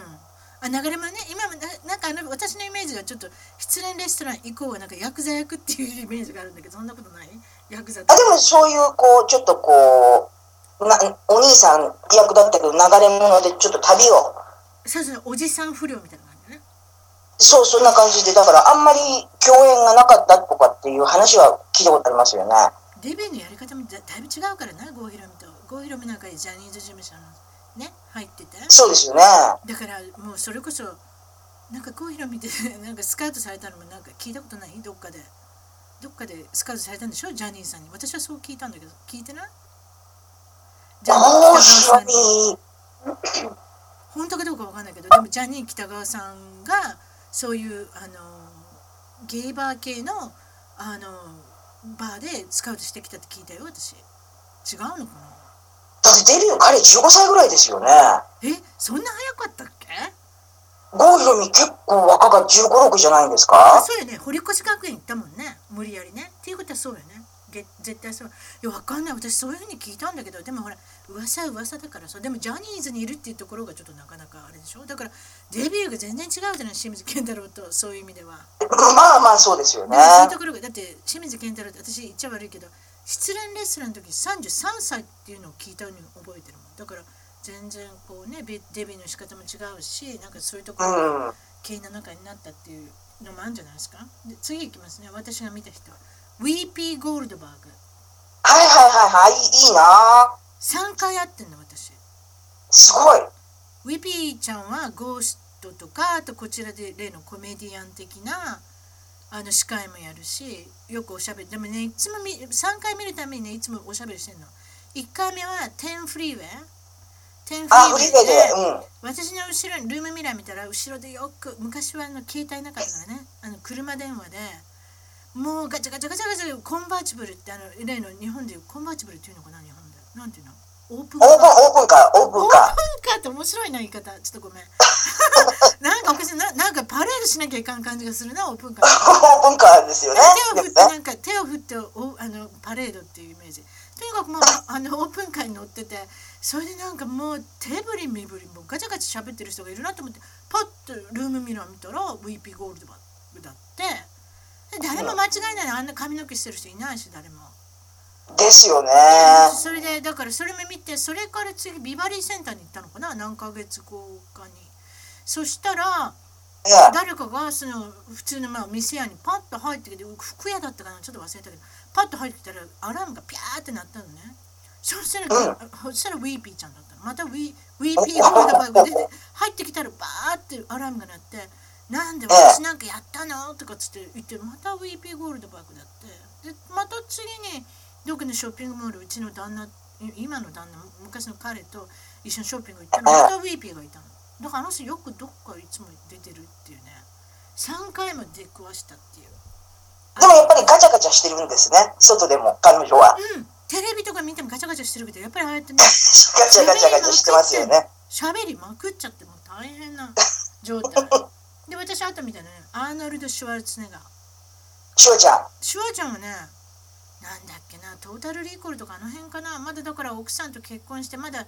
S1: あ流れもね、今もななんかあの私のイメージがちょっと失恋レストラン以降はなんかヤクザ役っていうイメージがあるんだけどそんなことないヤクザって
S2: あでもそういうこうちょっとこうなお兄さん役だったけど流れ物でちょっと旅を
S1: そうそうおじさん不良みたいな感じね
S2: そうそんな感じでだからあんまり共演がなかったとかっていう話は聞いたことありますよね
S1: デビューのやり方もだだいぶ違うからな郷ひろみと郷ひろみなんかジャニーズ事務所のね入ってて
S2: そうですよね
S1: だからもうそれこそなんか郷ひろみって なんかスカウトされたのもなんか聞いたことないどっかでどっかでスカウトされたんでしょジャニーさんに私はそう聞いたんだけど聞いてないジャニ
S2: 郷
S1: ー
S2: ひ
S1: 北
S2: ろ
S1: 川さんに
S2: み
S1: 本当かどうかわかんないけどでもジャニー北川さんがそういうあのゲイバー系のあのバーでスカウトしてきたって聞いたよ私違うのかな
S2: だってデビュー彼15歳ぐらいですよね
S1: えそんな早かったっけ
S2: 郷ひろみ結構若が1 5 6じゃないんです
S1: あ
S2: か
S1: そうよね堀越学園行ったもんね無理やりねっていうことはそうよねげ絶対そういやわかんない私そういうふうに聞いたんだけどでもほら噂は噂だからさでもジャニーズにいるっていうところがちょっとなかなかあれでしょだからデビューが全然違うじゃない清水健太郎とそういう意味では、
S2: まあまあそうですよね
S1: そういうところがだって清水健太郎って私言っちゃ悪いけど失恋レストランの時33歳っていうのを聞いたのに覚えてるもんだから全然こうねビデビューの仕方も違うしなんかそういうとこ
S2: う
S1: ろが
S2: ん
S1: 経営の中になったっていうのもあるんじゃないですかで次いきますね私が見た人はウィーピー・ゴールドバーグ
S2: はいはいはいはいいいな
S1: 3回会ってんの私
S2: すごい
S1: ウィーピーちゃんはゴーストとかあとこちらで例のコメディアン的なあの司会もやるしよくおしゃべりでもねいつも見3回見るためにねいつもおしゃべりしてんの1回目は10フリーウェイ10
S2: あフリー
S1: ウェイで
S2: でうん
S1: 私の後ろにルームミラー見たら後ろでよく昔はあの携帯なかったからねあの車電話でもうガチャガチャガチャガチャコンバーチブルってあの例の日本でいうコンバーチブルっていうのかな日本でなんていうのオープンカー
S2: オープンオープンかオープ
S1: オープン
S2: ンか
S1: カーって面白いな言い方ちょっとごめん なんかおかしいななんかパレードしなきゃいかん感じがするなオープンカー
S2: オープンカーですよね。
S1: 手を振って
S2: でもね
S1: なんか手を振っておあのパレードっていうイメージとにかくもうあのオープンカーに乗っててそれでなんかもう手振り身振りもうガチャガチャ喋ってる人がいるなと思ってパッとルームミラー見たら VP ゴールドバッグだってで誰も間違いないのあんな髪の毛してる人いないし誰も。
S2: ですよね。
S1: それでだからそれも見てそれから次ビバリーセンターに行ったのかな何ヶ月後かにそしたら
S2: いや
S1: 誰かがその普通のまあ店屋にパッと入ってきて服屋だったかなちょっと忘れたけどパッと入ってきたらアラームがピャーって鳴ったのねそしたら、そしたらウィーピーちゃんだったのまたウィウィーピーゴールドバーグが出て入ってきたらバーってアラームが鳴ってなんで私なんかやったのとかつって言ってまたウィーピーゴールドバーグだってでまた次にどっかのショッピングモールうちの旦那今の旦那昔の彼と一緒にショッピング行ったらまたウィーピーがいたのだからあの人よくどっかいつも出てるっていうね3回も出くわしたっていう
S2: でもやっぱりガチャガチャしてるんですね。外でも彼女は。
S1: うんテレビとか見てもガチャガチャしてるけどやっぱりああやってね
S2: ガチャガチャガチャしてますよね。
S1: 喋りまくっちゃってもう大変な状態で私あったみたいなねアーノルド・シュワルツェネガー
S2: シュワちゃん。
S1: シュワちゃんはねなんだっけなトータルリコールとかあの辺かなまだだから奥さんと結婚してまだ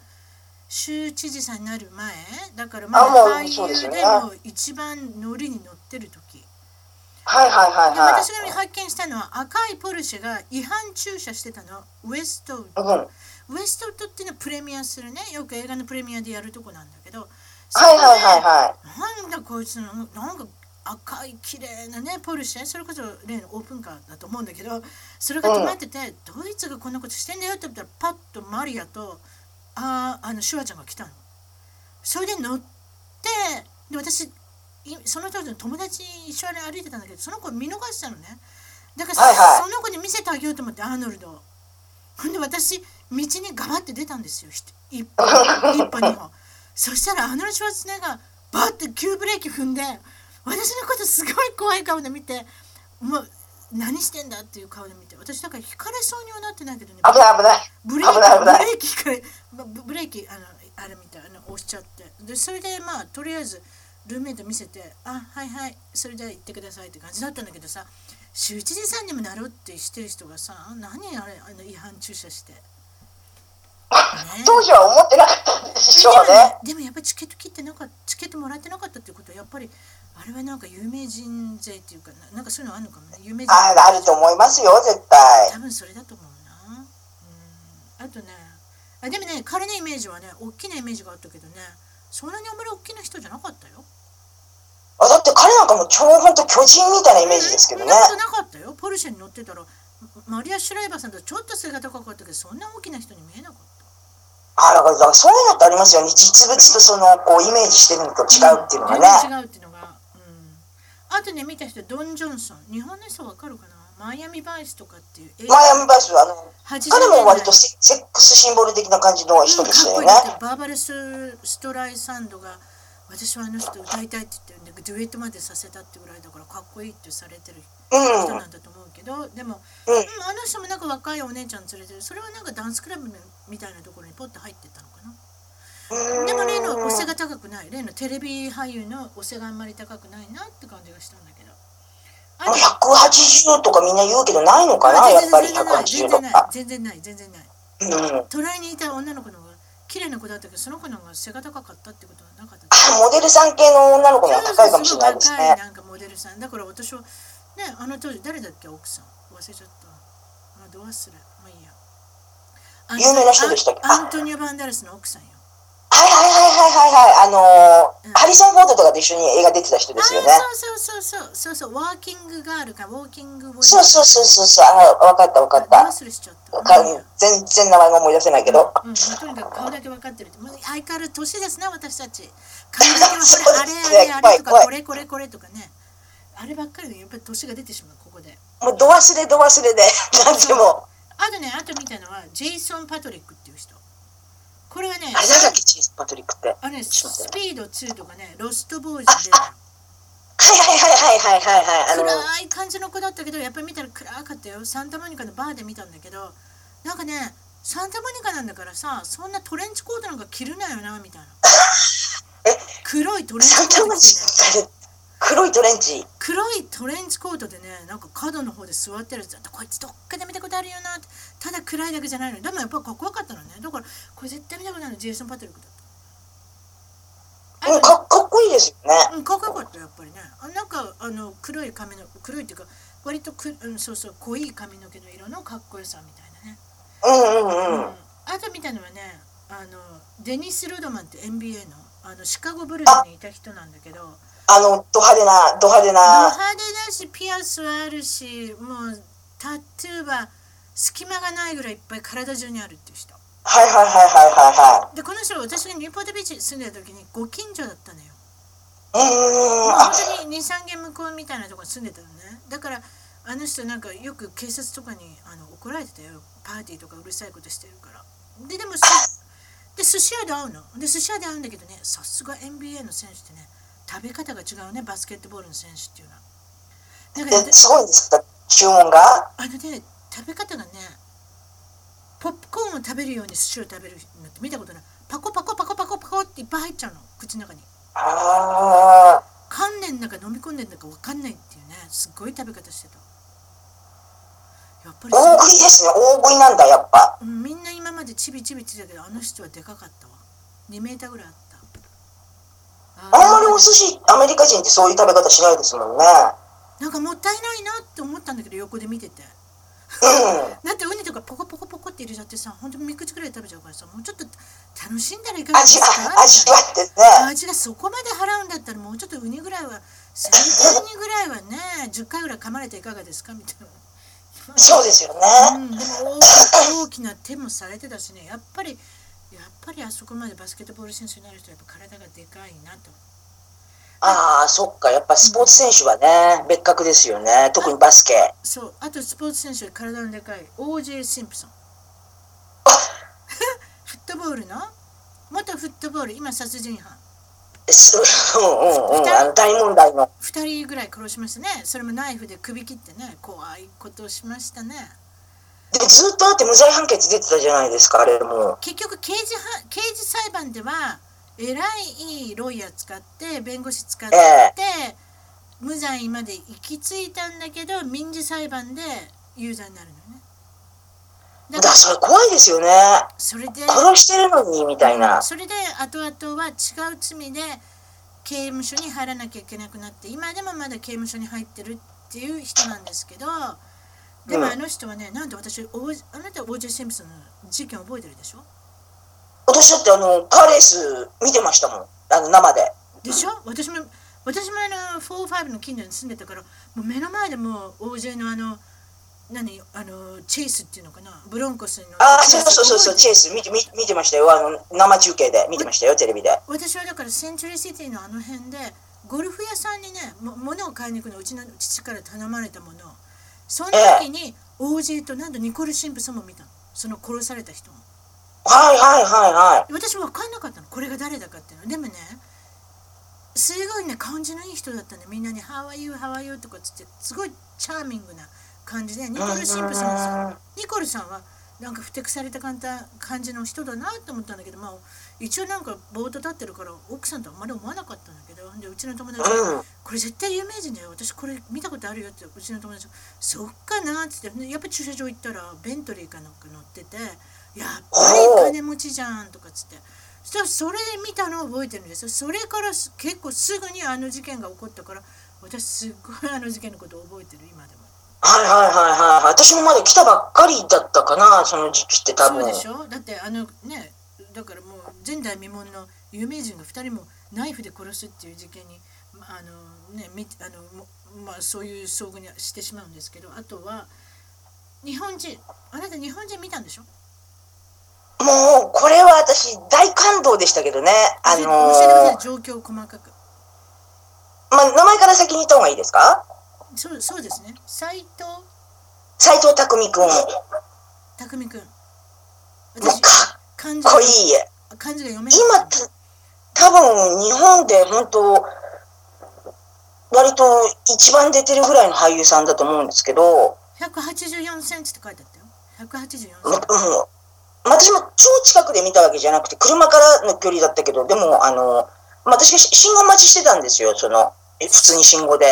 S1: 州知事さんになる前だからまだ
S2: あもう
S1: 俳
S2: そうです
S1: 優
S2: よ
S1: で
S2: ね
S1: もう一番乗りに乗ってる時
S2: はいはいはい
S1: で私
S2: は
S1: が発見したのは赤いポルシェが違反駐車してたのウエストウッド
S2: い。うん。
S1: ウエストウッドっていうのはプレミアするねよく映画のプレミアでやるとこなんだけど
S2: はいはいはいは
S1: なんだこいつのなんか赤い綺麗なねポルシェそれこそ例のオープンカーだと思うんだけどそれが止まってて、ドイツがこんなことしてんだよって言ったらパッとマリアとあーあのシュワちゃんが来たのそれで乗ってで私いその当時の友達一緒に歩いてたんだけどその子見逃したのねだから、
S2: はいはい
S1: その子に見せてあげようと思ってアーノルドをほんで私道にガバって出たんですよひと一 歩一歩二歩そしたらアーノルド・シュワルツェネがバッて急ブレーキ踏んで私のことすごい怖い顔で見てもう何してんだっていう顔で見て私だから引かれそうにはなってないけどね
S2: い。危ない危ない。
S1: ブレーキ
S2: 危ない危ない
S1: ブレーキからまブブレーキあのあれみたいなの押しちゃってでそれでまあとりあえずルーメイト見せて「あはいはいそれで行ってください」って感じだったんだけどさ州知事さんにもなろうってしてる人がさ何あれあの違反駐車 して。ね
S2: 当時は思ってなかったんでしょうね。
S1: でもやっぱりチケット切ってなんかチケットもらってなかったっていうことはやっぱりあれはなんか有名人税っていうかななんかそういうのあるのかもね有名人
S2: ああると思いますよ、絶対。
S1: 多分それだと思うなうんあとねあでもね彼のイメージはね大きなイメージがあったけどねそんなにあんまり大きな人じゃなかったよ
S2: あだって彼なんかもう超ほんと巨人みたいなイメージですけどね。
S1: そんなことなかったよポルシェに乗ってたらマリア・シュライバーさんとちょっと背が高かったけどそんな大きな人に見えなかった
S2: あら、だからそういうのってありますよね。実物とその、こう、イメージしてるのと違うっていうのがね。
S1: 全然違うっていうのが、うん、あとね見た人ドン・ジョンソン日本の人わかるかなマイアミ・バイスとかっていう映
S2: マイアミバイスは、あの、
S1: 80
S2: 彼も割と
S1: 年代
S2: セセックスシンボル的な感じの人でしたよ
S1: うん
S2: ね。
S1: かっこいいってバーバレス・ストライサンドが私はあの人歌いたいって言ってるんでデュエットまでさせたってぐらいだからかっこいいってされてる
S2: うん。
S1: 人なんだと思うけど、でも、
S2: うん
S1: うんあの人もなんか若いお姉ちゃん連れてるそれはなんかダンスクラブみたいなところにポッと入ってったのかなでも例のお背が高くない例のテレビ俳優のお背があんまり高くないなって感じがしたんだけどあ
S2: まあ180とかみんな言うけどないのかな、やっぱり180
S1: 全
S2: と
S1: 然ない
S2: か。
S1: 全然ない全然ない
S2: うん。あ、モ
S1: 隣にいた女の子の方が綺麗な子だったけどその子の方が背が高かったってことはなかった
S2: デルさん系の女の子の方が高いかもしれないです
S1: 高い
S2: ね。
S1: なんかモデルさんだから私はねあの当時誰だっけ奥さん忘れちゃったあどう忘れまあいいやあの
S2: 有名な人でしたっけ
S1: あアントニオ・バンダレスの奥さんよ
S2: はいはいはいはいはいはい。あのー
S1: うん
S2: ハリソン・フォードとかと一緒に映画出てた人ですよね。
S1: あそうそうそうそうそうそうワーキングガールかウォーキングボディ
S2: そうそうそうそうそう。あ、わかったわかっ
S1: あ
S2: た
S1: どう。忘れしちゃった
S2: か
S1: まあいいや
S2: 全然名前が思い出せないけど。
S1: うん、まあとにかく顔だけ分かってるって、まあ、相変わらず年ですね私たち顔だけ分かる
S2: そうです
S1: あ
S2: ね
S1: れあれあれとか
S2: 怖い
S1: これこれこれとかねあればっかりでやっぱり年が出てしまうここで
S2: もう、ど忘れど忘れで、 なんでも。
S1: あとねあと見たのはジェイソン・パトリックっていう人これはね
S2: あれなんだっけ、チーズ・パトリックって。はい
S1: あのね
S2: ちょっと
S1: スピード2とかねロストボーイズで
S2: はいはいはいはいはいはい。あの、
S1: 暗い感じの子だったけどやっぱり見たら暗かったよサンタモニカのバーで見たんだけどなんかねサンタモニカなんだからさそんなトレンチコートなんか着るなよなみたいな黒いトレンチコ
S2: サンタ
S1: ー
S2: マ
S1: ト
S2: ジ
S1: 着てね
S2: ック、黒いトレンチ。
S1: 黒いトレンチコートでねなんか角の方で座ってるやつだってこいつどっかで見たことあるよなってただ暗いだけじゃないのでもやっぱかっこよかったのねだからこれ絶対見たことないのジェイソン・パトリックだった
S2: うん、かかっこいいですよね。
S1: うんかっこよかったよやっぱりねあなんかあの黒い髪の黒いっていうか割とく、うん、そうそう濃い髪の毛の色のかっこよさみたいなね、
S2: うん
S1: う
S2: う
S1: ん
S2: うん。
S1: あと見たのはねあのデニス・ロドマンって NBA のあのシカゴ・ブルズにいた人なんだけど
S2: あの、ド派手な、ド派手
S1: ド
S2: な。
S1: 派手だしピアスはあるしもうタトゥーは隙間がないぐらいいっぱい体中にあるっていう人
S2: はいはいはいはいは
S1: でこの人は私がニューポートビーチに住んでた時にご近所だったのよ
S2: いはい。うんうんうん。
S1: 本
S2: あ、
S1: 当に23軒向こうみたいなとこに住んでたのねだからあの人なんかよく警察とかにあの怒られてたよパーティーとかうるさいことしてるからででもすで寿司屋で会うので寿司屋で会うんだけどねさすが NBA の選手ってね食べ方が違うねバスケットボールの選手っていうのはなんかね
S2: で、すごいんですか注文が
S1: あのね食べ方がねポップコーンを食べるように寿司を食べるのって見たことないパコパコパコパコパコっていっぱい入っちゃうの口の中に
S2: ああ、
S1: 乾麺なんか飲み込んでんだか分かんないっていうねすっごい食べ方してたやっぱり
S2: 大
S1: そ
S2: 食いですね。大食いなんだ、やっぱ。
S1: ううんみんな今までチビチビって言ってたけどあの人はでかかったわ2メーターぐらいあった
S2: あんまりお寿司、アメリカ人ってそういう食べ方しないですもんね。
S1: なんかもったいないなって思ったんだけど横で見てて
S2: うん。
S1: だってウニとかポコポコポコって入れちゃってさ本当に3口ぐらい食べちゃうからさもうちょっと楽しんだらいかがで
S2: 味
S1: す
S2: わ
S1: か、
S2: 味わってね。
S1: 味がそこまで払うんだったらもうちょっとウニぐらいはせめてウニぐらいはね10回ぐらい噛まれていかがですかみたいな。
S2: そうですよね。
S1: うん、でも大き大きな手もされてたしねやっぱりやっぱりあそこまでバスケットボール選手になる人はやっぱ体がでかいなと
S2: ああ、そっか。やっぱスポーツ選手はね、別格ですよね。特にバスケ。
S1: そうあとスポーツ選手で体のでかい OJ シンプソン フットボールの元フットボール今殺人犯
S2: すうんうんうん。あの大問題の。
S1: 2人ぐらい殺しましたねそれもナイフで首切ってね怖いことをしましたね
S2: で、ずっとあって無罪判決出てたじゃないですか、あれも。
S1: 結局刑事は刑事裁判ではえらいいいロイヤー使って弁護士使って、
S2: え
S1: 無罪まで行き着いたんだけど民事裁判で有罪になるのねだか
S2: だかららそれ怖いですよね。
S1: それで
S2: 殺してるのに、みたいな。
S1: それで後々は違う罪で刑務所に入らなきゃいけなくなって今でもまだ刑務所に入ってるっていう人なんですけどでも
S2: うん
S1: あの人はね、なんと私おあなた OJ シンプソンの事件覚えてるでしょ
S2: 私だってあの、カーレース見てましたもん。あの、生で。
S1: でしょ私も私もあの45の近所に住んでたからもう目の前でもう OJ のあの何あのチェイスっていうのかなブロンコスの
S2: ああ、そうそうそうそう、チェイ
S1: ス
S2: ス見て見見てましたよ。あの、生中継で見てましたよ、テレビで。
S1: 私はだからセンチュリーシティのあの辺でゴルフ屋さんにねも物を買いに行くのうちの父から頼まれたものその時に OJ となんとニコル・シンプソンも見たのその殺された人も
S2: はいはいはいはい。
S1: 私分かんなかったのこれが誰だかっていうのでもねすごいね感じのいい人だったんでみんなに「How are you? How are you?」とかっつってすごいチャーミングな感じでニコル・シンプソンさん
S2: うん
S1: ニコルさんはなんかふてくされた感た感じの人だなと思ったんだけどまあ一応なんかボート立ってるから奥さんとあんまり思わなかったんだけどでうちの友達が
S2: うん。
S1: これ絶対有名人だよ私これ見たことあるよってうちの友達が「そっかな」っつってやっぱ駐車場行ったらベントリーかなんか乗ってて「やっぱり金持ちじゃん」とかっつってそしたらそれで見たのを覚えてるんですよそれからす結構すぐにあの事件が起こったから私すっごいあの事件のことを覚えてる今でも
S2: はいはいはいはい。私もまだ来たばっかりだったかな、その時期って多
S1: そう
S2: 分。
S1: でしょだってあのねだからもう前代未聞の有名人が2人もナイフで殺すっていう事件にまああのねみあのもまあそういう遭遇にしてしまうんですけどあとは日本人あなた日本人見たんでしょ
S2: もう、これは私、大感動でしたけどね。あの
S1: 教えてくださ
S2: ー
S1: い状況を細かく
S2: まあ、名前から先に言った方がいいですか
S1: そうそうですね斎藤
S2: 斎藤匠くん。もう、
S1: 匠君
S2: か
S1: 私
S2: っ
S1: 漢字が
S2: こいい。
S1: 漢字が読めない
S2: 今た多分日本で本当割と一番出てるぐらいの俳優さんだと思うんですけど、
S1: 184センチって書いてあったよ184センチ
S2: うん、うん私も超近くで見たわけじゃなくて車からの距離だったけどでもあのまあ私が信号待ちしてたんですよそのえ普通に信号で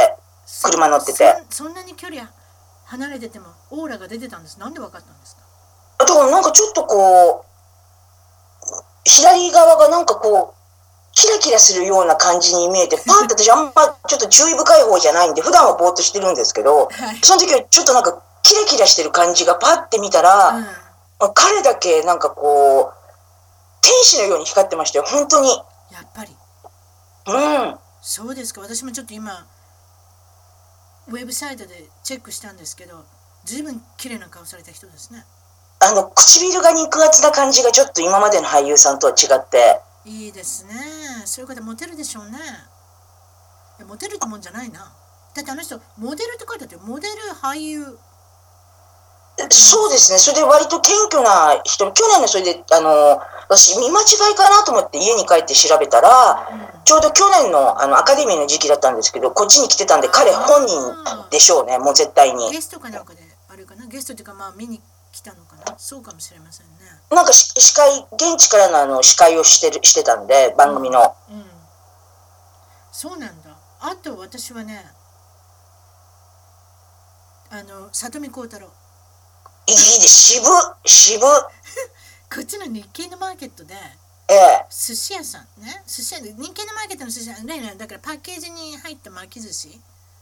S1: そ
S2: 車乗ってて
S1: そんそんなに距離離れててもオーラが出てたんですなんでわかったんですか
S2: だからなんかちょっとこう左側がなんかこうキラキラするような感じに見えてパーって私あんまちょっと注意深い方じゃないんで普段はぼーっとしてるんですけ
S1: は
S2: ど
S1: い、
S2: その時はちょっとなんかキラキラしてる感じがパッて見たら、
S1: うん、
S2: 彼だけなんかこう天使のように光ってましたよ本当に
S1: やっぱり
S2: うん
S1: そうですか私もちょっと今ウェブサイトでチェックしたんですけどずいぶん綺麗な顔された人ですね
S2: あの唇が肉厚な感じがちょっと今までの俳優さんとは違って
S1: いいですねそういう方モテるでしょうねいやモテるってもんじゃないなだってあの人モデルって書いてあったよモデル俳優
S2: そうですねそれで割と謙虚な人去年のそれであの私見間違いかなと思って家に帰って調べたら
S1: うん
S2: ちょうど去年のあのアカデミーの時期だったんですけどこっちに来てたんで彼本人でしょうねもう絶対に
S1: ゲストかなんかであれかなゲストっていうかまあ見に来たのかなそうかもしれませんね
S2: なんかし司会現地からのあの司会をしてるしてたんで番組の。
S1: うんそうなんだあと私はねあの里見幸太郎
S2: いいで、渋、渋。
S1: こっちの日系のマーケットで
S2: ええ。
S1: 寿司屋さんね寿司屋で日系のマーケットの寿司屋ねねだからパッケージに入った巻き寿司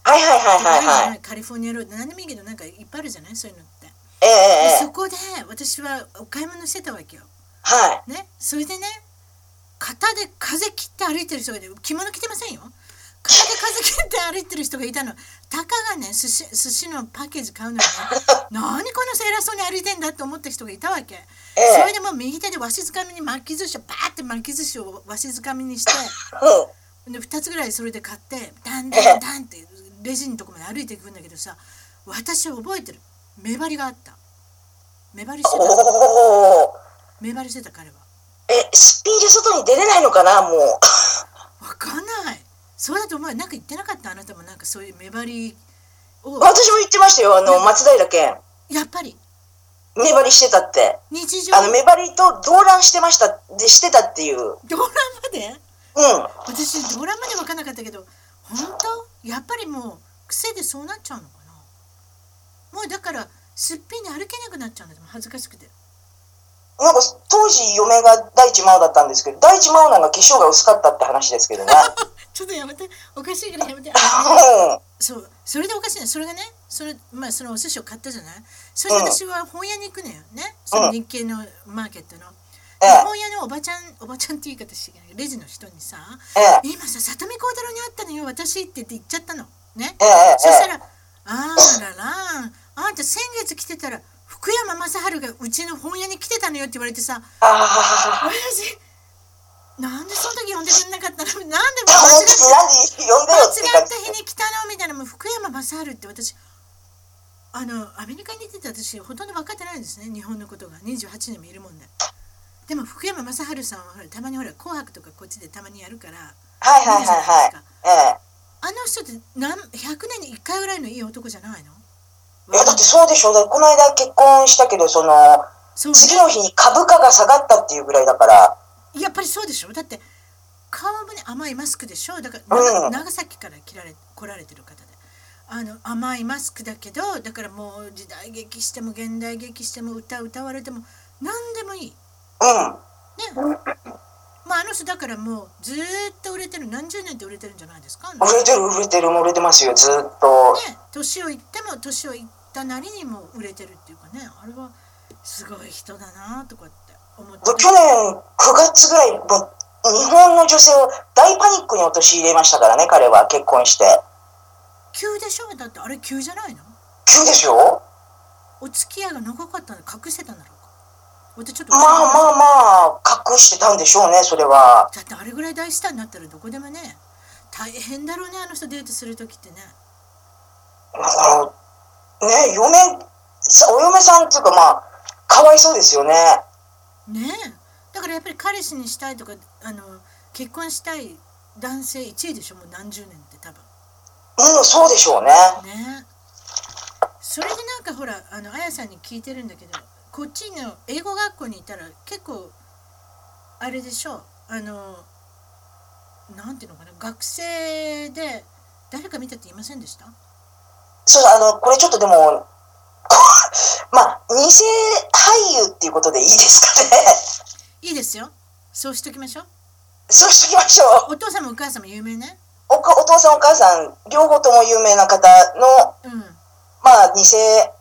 S2: はいはいはい
S1: あるじゃ
S2: はい
S1: な
S2: はい
S1: い。カリフォルニアロード何でもいいけどなんかいっぱいあるじゃないそういうのってで
S2: えええ
S1: そ
S2: え。
S1: こで私はお買い物してたわけよ
S2: はい。
S1: ねそれでね肩で風切って歩いてる人がいて着物着てませんよ肩で風切って歩いてる人がいたのたかがね寿司寿司のパッケージ買うのに ね何この人偉そうに歩いてんだって思った人がいたわけ
S2: え
S1: それ
S2: え。
S1: でもう右手でわしづかみに巻き寿司をバーって巻き寿司をわしづかみに して
S2: うん。
S1: で2つぐらいそれで買ってダンダンダンってレジのとこまで歩いていくんだけどさ私は覚えてる目張りがあった目張りしてた
S2: おお。
S1: 目張りしてた彼は
S2: え、すっぴんで外に出れないのかな、もう。
S1: わかんないそうだと思うなんか言ってなかったあなたもなんかそういう目張りを
S2: 私も言ってましたよ、あの、松平健。
S1: やっぱり
S2: 目張りしてたって。
S1: 日常
S2: あの、目張りと動乱してました、で、してたっていう。うん。
S1: ドラマで私ドラマで分かんなかったけど本当やっぱりもう癖でそうなっちゃうのかなもうだからすっぴんで歩けなくなっちゃうんだもん恥ずかしくて
S2: なんか、当時、嫁が大地真央だったんですけど、大地真央なんか化粧が薄かったって話ですけどね。
S1: ちょっとやめておかしいからやめて
S2: うん。
S1: そうそれでおかしいねそれがねそれまあそのお寿司を買ったじゃないそれで私は本屋に行くのよねその日系のマーケットの、で
S2: ええ
S1: 本屋のおばちゃんおばちゃんって言い方してレジの人にさ
S2: ええ。
S1: 今さ里見幸太郎に会ったのよ私って言っちゃったのね
S2: ええ。
S1: そした
S2: ええ。
S1: ら「あららあんた先月来てたら福山雅治がうちの本屋に来てたのよ」って言われてさ
S2: ああ。
S1: 親父なんでその時呼んでくれなかったのなんでも
S2: 本
S1: 間違っ
S2: 当
S1: て
S2: に何呼んで
S1: 間
S2: よって
S1: 違
S2: 感
S1: っ
S2: じ
S1: た。日に来たのみたいなもう福山雅治って私あのアメリカに出て私ほとんど分かってないんですね日本のことが28年もいるもんででも福山雅治さんはほらたまにほら「紅白」とかこっちでたまにやるから
S2: はいはいはい
S1: いる
S2: はい
S1: じゃないですか。
S2: ええ。
S1: あの人って何100年に1回ぐらいのいい男じゃないの
S2: いやだってそうでしょだってこの間結婚したけどその
S1: そう
S2: 次の日に株価が下がったっていうぐらいだから
S1: やっぱりそうでしょだって顔もね甘いマスクでしょだから
S2: うん
S1: 長,、崎から来られ来られてる方であの甘いマスクだけどだからもう時代劇しても現代劇しても歌歌われても何でもいいね
S2: うん
S1: まああの人だからもうずーっと売れてる何十年って売れてるんじゃないですかね
S2: 売れてる売れてるもう売れてますよずーっと
S1: 年をいっても年をいったなりにも売れてるっていうかねあれはすごい人だなとかって思って
S2: で去年9月ぐらいもう日本の女性を大パニックに陥れましたからね彼は結婚して
S1: 急でしょだってあれ急じゃないの
S2: 急でしょ
S1: お付き合いが長かったので隠してたんだろうか私ちょっと
S2: まあまあまあ隠してたんでしょうねそれは
S1: だってあれぐらい大スターになったらどこでもね大変だろうねあの人デートする時ってね
S2: だからね嫁さお嫁さんっていうかまあかわいそうですよね
S1: ねえだからやっぱり彼氏にしたいとかあの結婚したい男性1位でしょもう何十年って多分
S2: もうそうでしょうね
S1: ねそれでなんかほらあのあやさんに聞いてるんだけどこっちの英語学校にいたら結構あれでしょあのなんていうのかな学生で誰か見たって言いませんでした
S2: そう、あの、これちょっとでも、こまあ、偽俳優っていうことでいいですかね。
S1: いいですよそうしときましょう
S2: そうしときましょう。
S1: お父様お母様有名ね
S2: おかお父さんお母さん、両方とも有名な方の、
S1: うん
S2: まあ、偽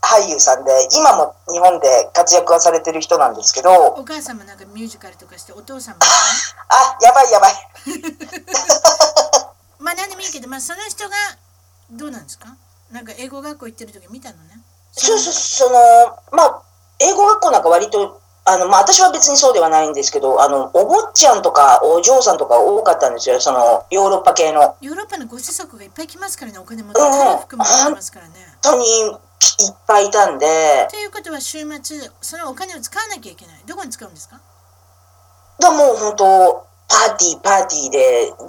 S2: 俳優さんで、今も日本で活躍はされてる人なんですけど、
S1: お母様なんかミュージカルとかしてお父様もね
S2: あ、やばいやばい。
S1: まあ何でもいいけどまあその人がどうなんですかなんか英語学校行ってる時見たのね
S2: そうそう、その、まあ、英語学校なんか割と、あの、まあ、私は別にそうではないんですけど、あの、お坊ちゃんとかお嬢さんとか多かったんですよ、その、ヨーロッパ系の。
S1: ヨーロッパのご子息がいっぱい来ますからねお金もって体服も来ますからね
S2: 本当にいっぱいいたんで、
S1: ということは週末そのお金を使わなきゃいけないどこに使うんですか
S2: だもう本当、パーティー、パーティーで、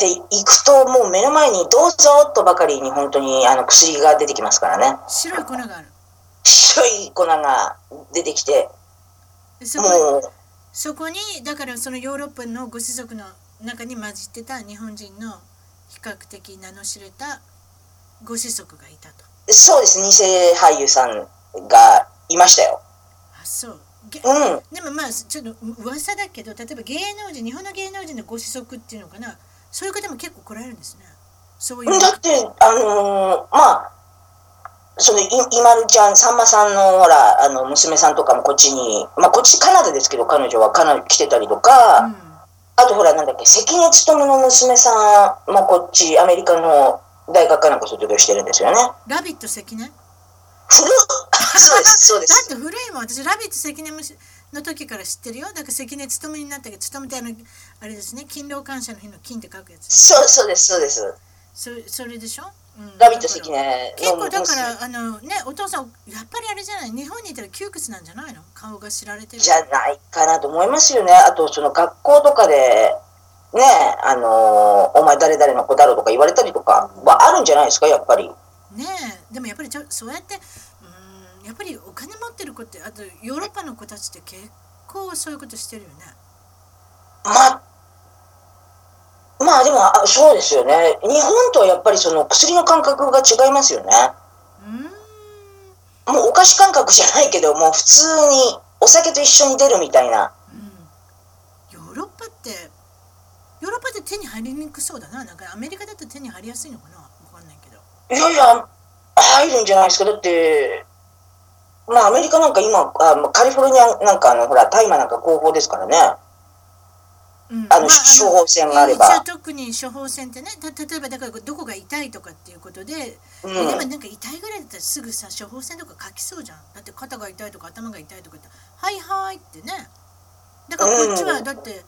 S2: で、行くともう目の前にどうぞとばかりに本当にあの薬が出てきますからね。
S1: 白い粉がある
S2: 白い粉が出てきて、
S1: でそこ
S2: もう、
S1: そこにだからそのヨーロッパのご子息の中に混じってた日本人の比較的名の知れたご子息がいたと
S2: そうです、偽俳優さんがいましたよ。
S1: あそうげ
S2: うん。
S1: でもまあちょっと噂だけど例えば芸能人日本の芸能人のご子息っていうのかなそういう方も結構来られるんですねそういう
S2: だって、あのーまあ、そのい、いまるちゃん、さんまさんの、ほら、あの、娘さんとかもこっちに、まあ、こっちカナダですけど、彼女はカナダ来てたりとか、
S1: うん
S2: あとほら、なんだっけ、関根勤の娘さんもこっち、アメリカの大学かなんか卒業してるんですよね。
S1: ラビット関根だ
S2: 古っそうです、そうです
S1: っ。て古いもん私ラビット関根の時から知ってるよだから関根勤になったけど勤めてあのあれですね勤労感謝の日の金って書くやつ
S2: そうそうです、そうです。
S1: そそれでしょ、うん
S2: ラビット関
S1: だから
S2: 根
S1: 結
S2: の
S1: 構
S2: 娘。
S1: だからあのねお父さんやっぱりあれじゃない日本にいたら窮屈なんじゃないの顔が知られてる
S2: じゃないかなと思いますよね。あと、その学校とかで、ね、あのーお前誰々の子だろうとか言われたりとかはあるんじゃないですか、やっぱり。
S1: ねえでもやっぱりちょそうやってうーんやっぱりお金持ってる子ってあとヨーロッパの子たちって結構そういうことしてるよね
S2: まあ、まあでもあ、そうですよね。日本とはやっぱりその薬の感覚が違いますよね。
S1: うーん
S2: もうお菓子感覚じゃないけど、もう普通にお酒と一緒に出るみたいな。
S1: うんヨーロッパってヨーロッパって手に入りにくそうだななんかアメリカだと手に入りやすいのかなわかんないけど
S2: いやいや、入るんじゃないですか。だって、まあアメリカなんか今、あまあカリフォルニアなんかあの、ほら、大麻なんか合法ですからね。
S1: うん
S2: あの、処方箋があれば。
S1: 一応特に処方箋ってねた例えばだからどこが痛いとかっていうことで
S2: うん、
S1: でもなんか痛いぐらいだったらすぐさ処方箋とか書きそうじゃんだって肩が痛いとか頭が痛いとか言ったら「はいはい」ってねだからこっちは
S2: うん
S1: だって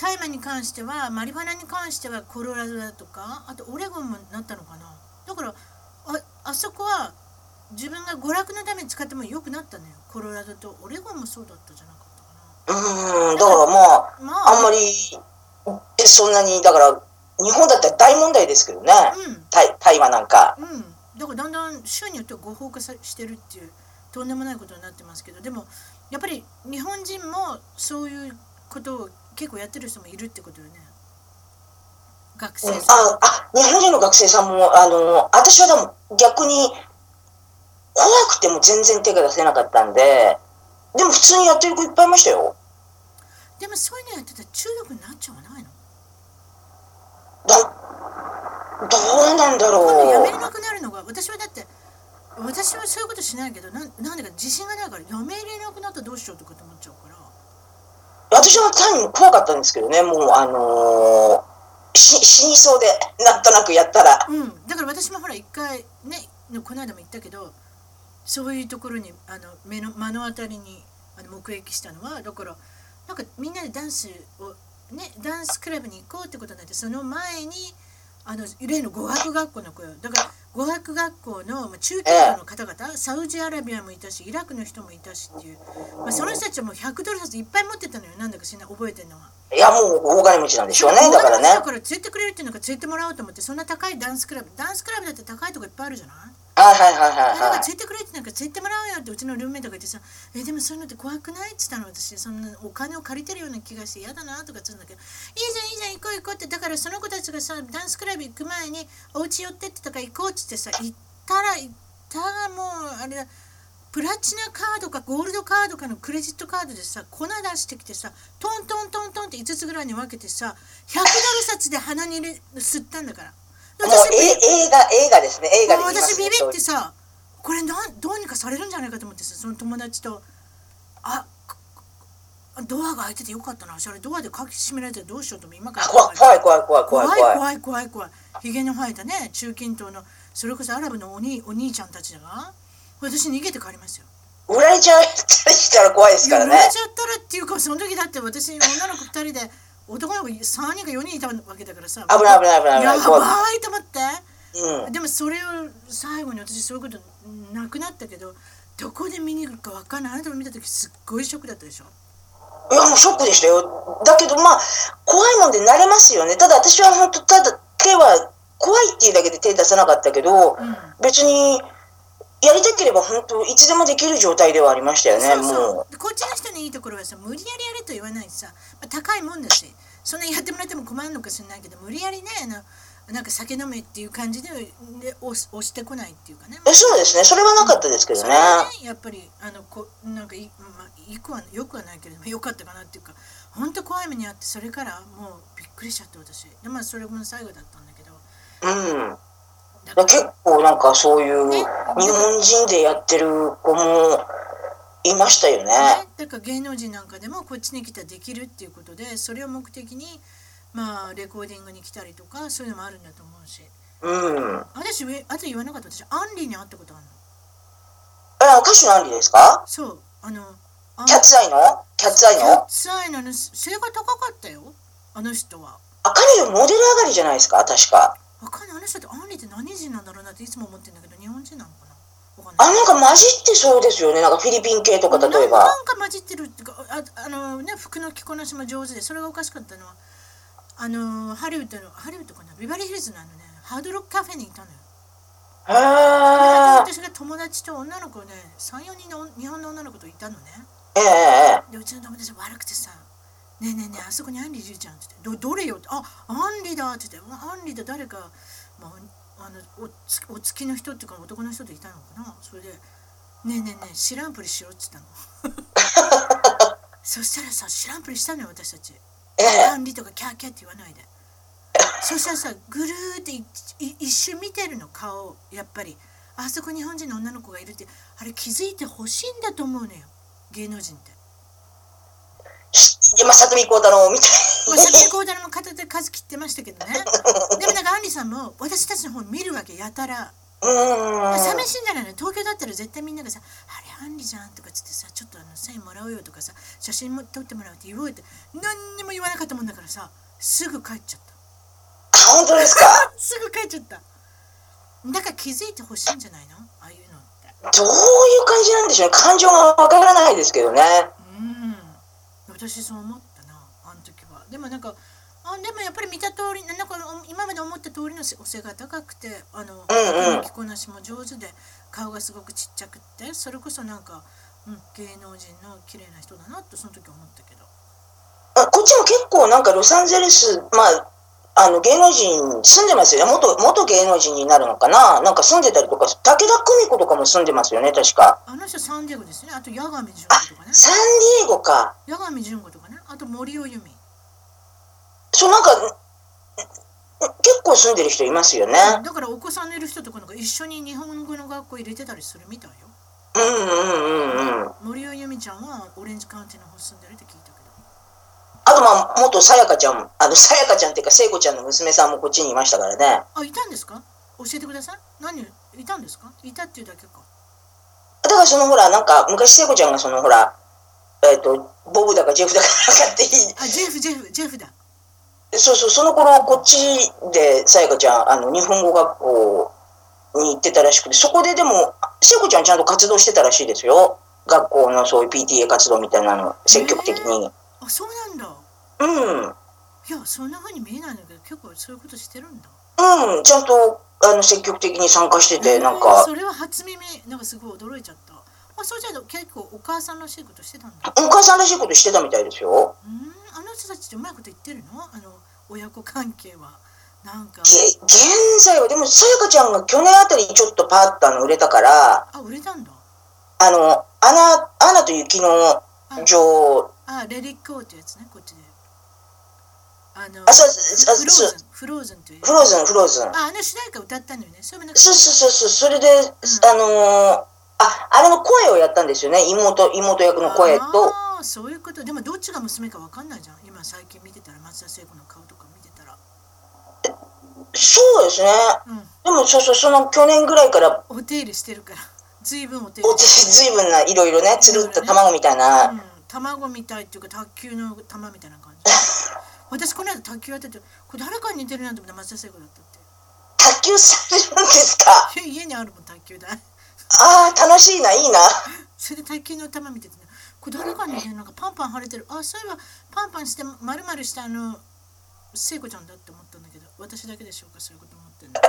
S1: 大麻に関してはマリファナに関してはコロラドだとかあとオレゴンもなったのかなだからああそこは自分が娯楽のために使ってもよくなったのよコロラドとオレゴンもそうだったじゃなかったか
S2: うん、だからまあ、
S1: なまあ
S2: あんまり、えそんなに、だから、日本だったら大問題ですけどね。
S1: うん
S2: 大大麻なんか。
S1: うん、だからだんだん州によっては合法化さしてるっていうとんでもないことになってますけどでもやっぱり日本人もそういうことを結構やってる人もいるってことよね学
S2: うん
S1: 生さん、
S2: ああ、日本人の学生さんも、あの、私はでも逆に、怖くても全然手が出せなかったんで、でも普通にやってる子いっぱいいましたよ。
S1: でもそういうのやってたら中毒になっちゃわないの
S2: だ、どうなんだ
S1: 今度や
S2: ろ
S1: めれ
S2: う。
S1: なくなるのが私はだって私はそういうことしないけどなんなんでか自信がないからやめれなくなったらどうしようとかと思っちゃうから
S2: 私は単に怖かったんですけどね、もう、あのーし 死にそうで、なんとなくやったら。
S1: うん、だから私もほら一回ねのこの間も言ったけどそういうところにあの目の目の当たりにあの目撃したのはだからなんかみんなでダンスをねダンスクラブに行こうってことになってその前にあの例の語学学校の子よだから語学学校のまあ中東の方々サウジアラビアもいたしイラクの人もいたしっていう、まあ、その人たちはもう100ドル札いっぱい持ってたのよなんだか知らない覚えてるのは。
S2: いや、もう大金持ちなんでしょうね、
S1: そう
S2: だからね
S1: 大金持ち。だから連れてくれるっていうのから連れてもらおうと思ってそんな高いダンスクラブダンスクラブだって高いとこいっぱいあるじゃない
S2: はいはいはいは
S1: だ
S2: い
S1: か
S2: は
S1: ら
S2: い。
S1: 連れてくれってなんか連れてもらおうよってうちのルームメイトが言ってさ「えでもそういうのって怖くない?」っつったの私そんなお金を借りてるような気がして嫌だなとかっつうんだけど「いいじゃんいいじゃん行こう行こう」ってだからその子たちがさダンスクラブ行く前にお家寄ってってとか行こうっつってさ行ったら行ったらもうあれだプラチナカードかゴールドカードかのクレジットカードでさ粉出してきてさトントントントンって5つぐらいに分けてさ100ドル札で鼻に入れ吸ったんだから。で
S2: もうえ映画、映画ですね、映画で
S1: もう
S2: 言いま
S1: 私
S2: す
S1: ビ
S2: ね
S1: ビってさこれなんどうにかされるんじゃないかと思ってさその友達とあここドアが開いててよかったな私あれドアで鍵閉められてどうしようと思って今から
S2: 怖い怖い怖い怖い怖い怖い。
S1: 怖い怖い怖いひげの生えたね中近東のそれこそアラブのお兄お兄ちゃんたちが私逃げて帰りますよ
S2: 売られちゃったりしたら怖いですからね
S1: いや。濡れちゃったらっていうかその時だって私女の子2人で男の子3人か4人いたわけだからさ
S2: 危ない危ない危ない危
S1: や
S2: な
S1: ば
S2: い。怖い。
S1: いと思って
S2: うん。
S1: でもそれを最後に私そういうことなくなったけどどこで見に行くかわかんないあなたも見た時すっごいショックだったでしょ
S2: いや、もうショックでしたよ。だけどまあ、怖いもんで慣れますよね。ただ私は本当、ただ手は怖いっていうだけで手出さなかったけど、
S1: うん
S2: 別に、やりたければ本当、いつでもできる状態ではありましたよね、
S1: そう
S2: も。
S1: そううでこっちの人のいいところはさ無理やりやれと言わないしさ、まあ、高いもんだしそんなやってもらっても困るのかしらないけど無理やりねあのなんか酒飲めっていう感じでで押し押してこないっていうかね。
S2: えそうですね。それはなかったですけど
S1: そ
S2: ね
S1: れ。はねやっぱりあのこなんかい、まあ、いくはよくはないけれども よかったかなっていうか本当怖い目にあってそれからもうびっくりしちゃって私でまあそれも最後だったんだけど
S2: うん。
S1: だ
S2: だ結構なんかそういう
S1: ね
S2: 日本人でやってる子もいましたよね。
S1: ね、だから芸能人なんかでもこっちに来たらできるっていうことでそれを目的にまあレコーディングに来たりとかそういうのもあるんだと思うし
S2: うん。
S1: 私上あと言わなかった私アンリーに会ったことあるの
S2: え、歌手のアンリですか
S1: そうあのあ
S2: キャッツアイのキャッツアイ
S1: キ
S2: の
S1: ャッツアイなの背が高かったよあの人は
S2: あ、彼女モデル上がりじゃないですか確か。
S1: わかんないあの人ってアンリーって何人なんだろうなっていつも思ってるんだけど日本人なのかなわかん
S2: あ、
S1: ない
S2: なんか混じってそうですよね。なんかフィリピン系とか、例え
S1: な
S2: ば。
S1: なんか混じってるっていうかああのね服の着こなしも上手でそれがおかしかったのはあのハリウッドのハリウッドかなビバリーヒルズのあのねハードロックカフェにいたのよ
S2: へー
S1: 私が友達と女の子ね34人の日本の女の子といたのね
S2: ええええ
S1: でうちの友達悪くてさ「ねえねえねえあそこにアンリーいるじゃん」って言って「どどれよ」って「あアンリーだ」って言ってうわ「アンリーだ誰か、まあ、あのおつお付きの人っていうか男の人といたのかなそれで「ねえねえねえ知らんぷりしろ」って言ったのそしたらさ知らんぷりしたのよ私たち
S2: えええ
S1: アンリーとかキャーキャーって言わないでそしたらさぐるーっていい一瞬見てるの顔をやっぱりあそこ日本人の女の子がいるってあれ気づいてほしいんだと思うのよ芸能人って。
S2: しまあ、里見孝太郎みたい
S1: まあ、それでこう誰も片手で数切ってましたけどね。でもなんかアンリさんも私たちの方見るわけやたら。
S2: な。うーん。
S1: 寂しいんじゃないの東京だったら絶対みんながさ「あれアンリじゃん」とかつってさ「ちょっとあのサインもらおうよ」とかさ「写真も撮ってもらおう」って言おうよって何にも言わなかったもんだからさすぐ帰っちゃっ
S2: あ、本当ですか
S1: たすぐ帰っちゃっただから気づいてほしいんじゃないのああいうのって
S2: どういう感じなんでしょうね。感情がわからないですけどね。
S1: うん私そう思ったなあの時はでもなんかあでもやっぱり見た通りなんかお今まで思った通りのせお背が高くてあの、
S2: うんうん
S1: 着こなしも上手で顔がすごくちっちゃくってそれこそなんか、うん、芸能人の綺麗な人だなとその時思ったけど
S2: あこっちも結構なんかロサンゼルス、まあ、あの芸能人住んでますよね元元芸能人になるのかななんか住んでたりとか武田久美子とかも住んでますよね確か
S1: あの人サンディエゴですねあと八神純子とかね
S2: サンディエゴか
S1: 八神純子とかねあと森尾由美
S2: そうなんかんん結構住んでる人いますよね
S1: うんだからお子さんのいる人とかなんか一緒に日本語の学校入れてたりするみたいよ
S2: うんうんうんうん
S1: 森尾由美ちゃんはオレンジカウンティの方住んでるって聞いたけど
S2: あとまあ元さやかちゃんもあのさやかちゃんっていうか聖子ちゃんの娘さんもこっちにいましたからね
S1: あ、いたんですか教えてください。何いたんですかいたっていうだけか。
S2: だからそのほらなんか昔聖子ちゃんがそのほらえっ、とボブだかジェフだかなんかっていい
S1: あ、ジェフ、ジェフ、ジェフだ。
S2: そうそう、その頃、こっちで、さやかちゃん、あの、日本語学校に行ってたらしくて、そこででも、さやかちゃんちゃんと活動してたらしいですよ。学校のそういう PTA 活動みたいなの、積極的に。
S1: あ、そうなんだ。
S2: うん。うん
S1: いや、そんな風に見えないんだけど、結構そういうことしてるんだ。。
S2: ちゃんと、あの、積極的に参加して
S1: へ
S2: て、
S1: ー
S2: なんか、
S1: それは初耳、なんかすごい驚いちゃった。あ、そうじゃ結構お母さんらしいことしてたんだ。
S2: お母さんらしいことしてたみたいですよ。
S1: うーん、あの人たちってうまいこと言ってるのあの、親子関係は。なんか、
S2: げ、現在は、でも、さやかちゃんが去年あたりちょっとパーッとあの、売れたから、
S1: あ、売れたんだ。
S2: あの、アナ、アナと雪の女王、
S1: あ、レリックオーってやつね、こっちで。あの、
S2: あ、そう、
S1: フロ
S2: あ
S1: ー
S2: そう
S1: ズン、フローズンという。
S2: フローズン、フローズン。
S1: あ、あの主題歌歌ったんだよね。そういえばなんか
S2: そうそうそうそう、それで、あのーあ、あれの声をやったんですよね、妹、妹役の声と。
S1: あーそういうことでもどっちが娘かわかんないじゃん今最近見てたら松田聖子の顔とか見てたら
S2: そうですね。
S1: うん
S2: でも、そうそう、その去年ぐらいから、
S1: お手入れしてるから随分お手入
S2: お
S1: れ
S2: 手
S1: して
S2: ずいぶんないろいろね、つるっと卵みたい
S1: る、う
S2: な。
S1: ん、卵みたいっていうか卓球の玉みたいな感じ私この間卓球やっててこれ誰かに似てるなと思ったら松田聖子だったっ
S2: 卓球されるんですか
S1: ていや家にあるもん卓球台
S2: ああ、楽しいな、いいな。
S1: それで卓球の玉見ててねこれ誰かに似てるなんかパンパン腫れてるあそういえばパンパンしてまるまるしたあの聖子ちゃんだって思ったんだけど私だけでしょうかそういうこと思ってんの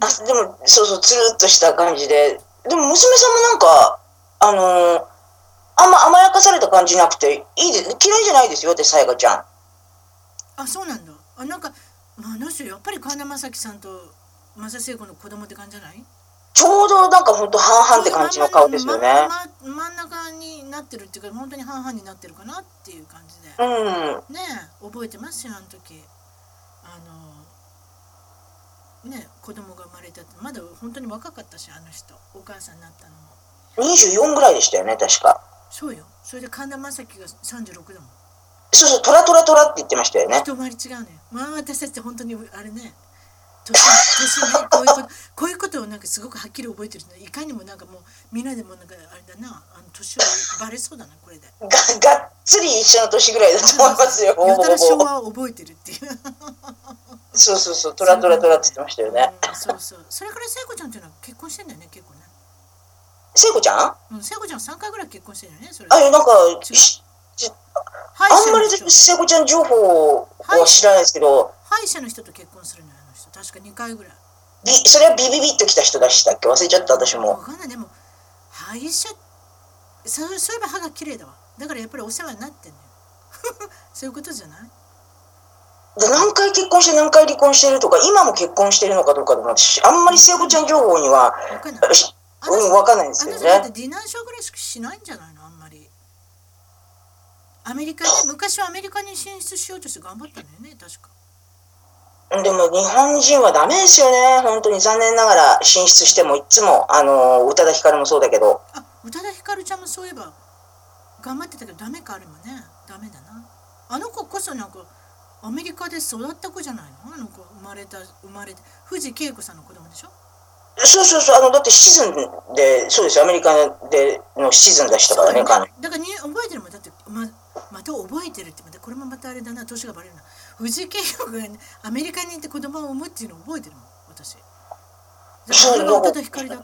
S2: あでも、そうそう、つるっとした感じで。でも、娘さんもなんか、あのーあんま甘やかされた感じなくて、いいです。嫌いじゃないですよ、ってさやかちゃん。
S1: あそうなんだあなんかまあ、あの人やっぱり神田正輝さんと正成子の子供って感じじゃない
S2: ちょうどなんかほんと半々って感じの顔ですよね。
S1: 真ん真ん中になってるっていうか本当に半々になってるかなっていう感じで
S2: うん。
S1: ねえ覚えてますよあの時あのねえ子供が生まれたってまだ本当に若かったしあの人お母さんになったのも
S2: 24ぐらいでしたよね、確か。
S1: そうよそれで神田正輝が36だもん
S2: そうそう、トラトラトラって言ってましたよね。
S1: 一回り違うのよまあ私たちって本当にあれね年年ねこういうことこういうことをなんかすごくはっきり覚えてるのいかにもなんかもうみんなでもなんかあれだなあの年をバレそうだなこれで。
S2: ががっつり一緒の年ぐらいだと思いますよ、ほぼ
S1: やたら
S2: ほ
S1: 昭
S2: ぼ。
S1: 和を覚えてるっていう。
S2: そうそうそう、トラトラトラって言ってましたよね。
S1: うんそうそう。それから聖子ちゃんっていうのは結婚してんだよね、結構ね。
S2: 聖子ちゃんあ、
S1: うん、聖子ちゃん三回ぐらい結婚してるよね、それ。
S2: いやなんか、し
S1: 歯医
S2: あん
S1: 者
S2: ま
S1: の
S2: り
S1: 人
S2: 聖子ちゃん情報は知らないですけど、
S1: 歯医者の人と結婚するのよ、あの人。確か二回ぐらい。
S2: びそれはビビビッときた人でしたっけ忘れちゃった、私
S1: わ
S2: も。
S1: かんない、でも、歯医者そう、そういえば歯が綺麗だわ。だからやっぱりお世話になってんのよ。 そういうことじゃない
S2: で何回結婚して何回離婚してるとか、今も結婚してるのかどうかでも私、あんまり聖子ちゃん情報には、
S1: わかんない。
S2: し
S1: あ
S2: うん、
S1: の
S2: わかんないんです
S1: あ
S2: け
S1: の
S2: ど
S1: 人だっ
S2: ね。
S1: てディナーショーぐらいしかしないんじゃないの、あんまり。アメリカで、昔はアメリカに進出しようとして頑張ったのよね、確か。
S2: でも日本人はダメですよね。本当に残念ながら進出してもいつも、あの、宇多田ヒカルもそうだけど、
S1: あ、宇多田ヒカルちゃんもそういえば頑張ってたけどダメかあれもねダメだなあの子こそなんかアメリカで育った子じゃないのあの子生まれた生まれた藤恵子さんの子供でしょ
S2: そうそうそう、あの、だってシチズンで、そうですよ、アメリカでのシチズンでしたからね、
S1: だ
S2: 彼女
S1: だからに覚えてるもんだってままた覚えてるってまたこれもまたあれだな年がバレるな藤恵子が、ね、アメリカに行って子供を産むっていうのを覚えてるもん私だからあれが宇多田ヒカルだっ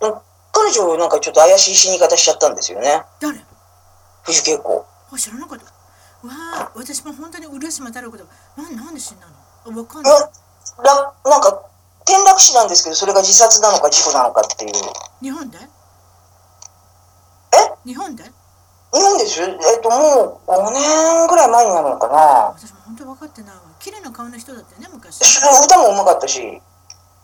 S1: たのよ
S2: 彼女なんかちょっと怪しい死に方しちゃったんですよね。
S1: 誰
S2: 藤恵子。
S1: あ知らなかったわあ私も本当に浦島太郎だななんで死んだのあわかん
S2: な
S1: ない
S2: ななんか、転落死なんですけど、それが自殺なのか事故なのかっていう。
S1: 日本で
S2: え
S1: 日本で
S2: 日本ですよ。えっと、もう5年ぐらい前になるのかな。
S1: 私も本当分かってないわ綺麗な顔の人だったよね昔
S2: そ歌もうまかったし、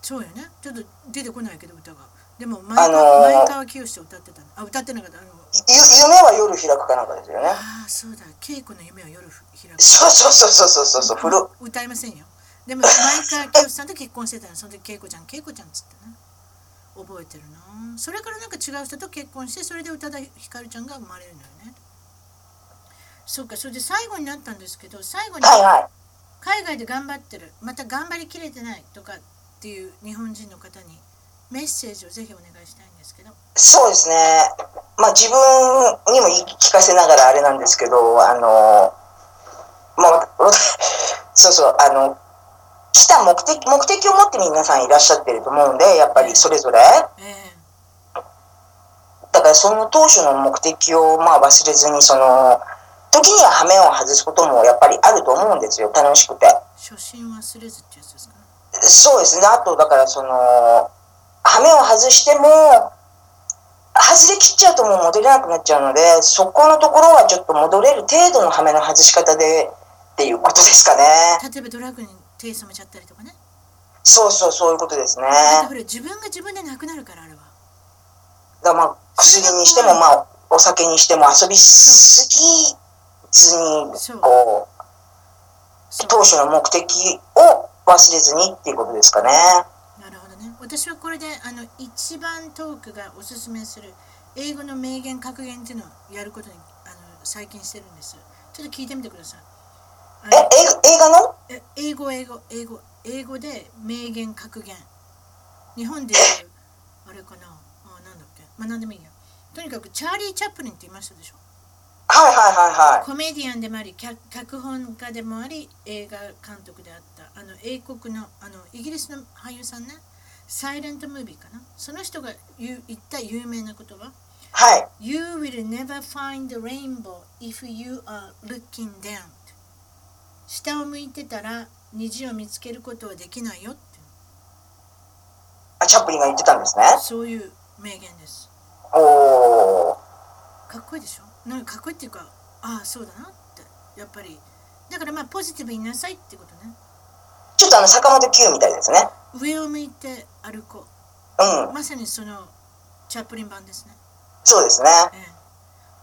S1: そうよねちょっと出てこないけど歌がでも前
S2: あのー
S1: 川前川清志歌ってたのあ歌ってなかったあの
S2: ゆ夢は夜開くかなんかですよね。
S1: ああそうだ稽古の夢を夜開く
S2: そうそうそうそうそうそう、風呂。
S1: 歌いませんよでも前川清志さんと結婚してたのその時恵子ちゃん恵子ちゃんっつってね覚えてるなそれからなんか違う人と結婚してそれで宇多田ヒカルちゃんが生まれるのよねそうかそれで最後になったんですけど最後に
S2: はいはい。
S1: 海外で頑張ってるまた頑張りきれてないとかっていう日本人の方にメッセージをぜひお願いしたいんですけど
S2: そうですね。まあ自分にも言い聞かせながらあれなんですけど、あの、まあ、 わそうそう、あの、来た目的、目的を持って皆さんいらっしゃってると思うんで、やっぱりそれぞれ。
S1: ええ
S2: だからその当初の目的をまあ忘れずに、その、時には羽目を外すこともやっぱりあると思うんですよ、楽しくて。
S1: 初心忘れずってやつですかね
S2: そうですね。あと、だから、その、羽目を外しても、外れ切っちゃうともう戻れなくなっちゃうので、そこのところはちょっと戻れる程度の羽目の外し方で、っていうことですかね。
S1: 例えばドラッグに手染めちゃったりとかね
S2: そうそう、そういうことですね。
S1: だってほら自分が自分でなくなるからあれは
S2: だからまあ、薬にしても、まあ、お酒にしても遊びすぎず
S1: そう
S2: に、こう、
S1: そう
S2: 当初の目的を忘れずにっていうことですかね。
S1: なるほどね私はこれであの一番トークがおすすめする英語の名言格言っていうのをやることにあの最近してるんですちょっと聞いてみてくださいあ
S2: え、
S1: の
S2: え映画の
S1: え英語英語英語英語で名言格言日本で言うあれかなあなんだっけまあなんでもいいやとにかくチャーリー・チャップリンって言いましたでしょ
S2: はいはいはいはい。
S1: コメディアンでもあり脚脚本家でもあり映画監督であったあの英国のあのイギリスの俳優さんねサイレントムービーかなその人が言う言った有名な言葉
S2: はい。
S1: You will never find the rainbow if you are looking down. 下を向いてたら虹を見つけることはできないよってい
S2: あ、チャップリンが言ってたんですね。
S1: うそういう名言です。
S2: おー。
S1: かっこいいでしょなんかかっこいいっていうかああそうだなってやっぱりだからまあポジティブになさいってことね。
S2: ちょっとあの坂本九みたいですね。
S1: 上を向いて歩こ
S2: う
S1: う。
S2: ん、
S1: まさにそのチャップリン版ですね。
S2: そうですね。あ
S1: ええ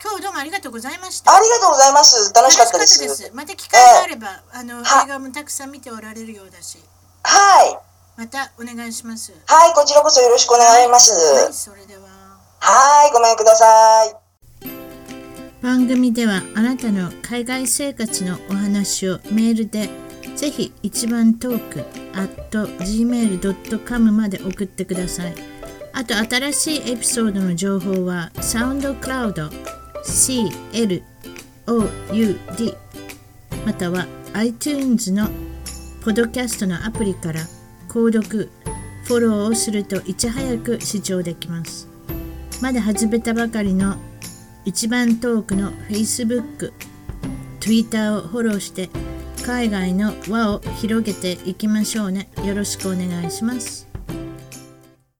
S1: 今日どうもありがとうございました。
S2: りがとうございます。楽しかったで
S1: 楽
S2: す。
S1: また機会があれば、あの
S2: は
S1: 映画もたくさん見ておられるようだし、
S2: はい、
S1: またお願いします。
S2: はい、こちらこそよろしくお願いします。
S1: はい、それでは。
S2: はい、ごめんください。
S1: 番組ではあなたの海外生活のお話をメールでぜひ一番トーク at gmail.com まで送ってくださいあと新しいエピソードの情報はサウンドクラウド CLOUD または iTunes のポッドキャストのアプリから購読フォローをするといち早く視聴できますまだ始めたばかりの一番トークの Facebook、Twitter をフォローして海外の輪を広げていきましょうね。よろしくお願いします。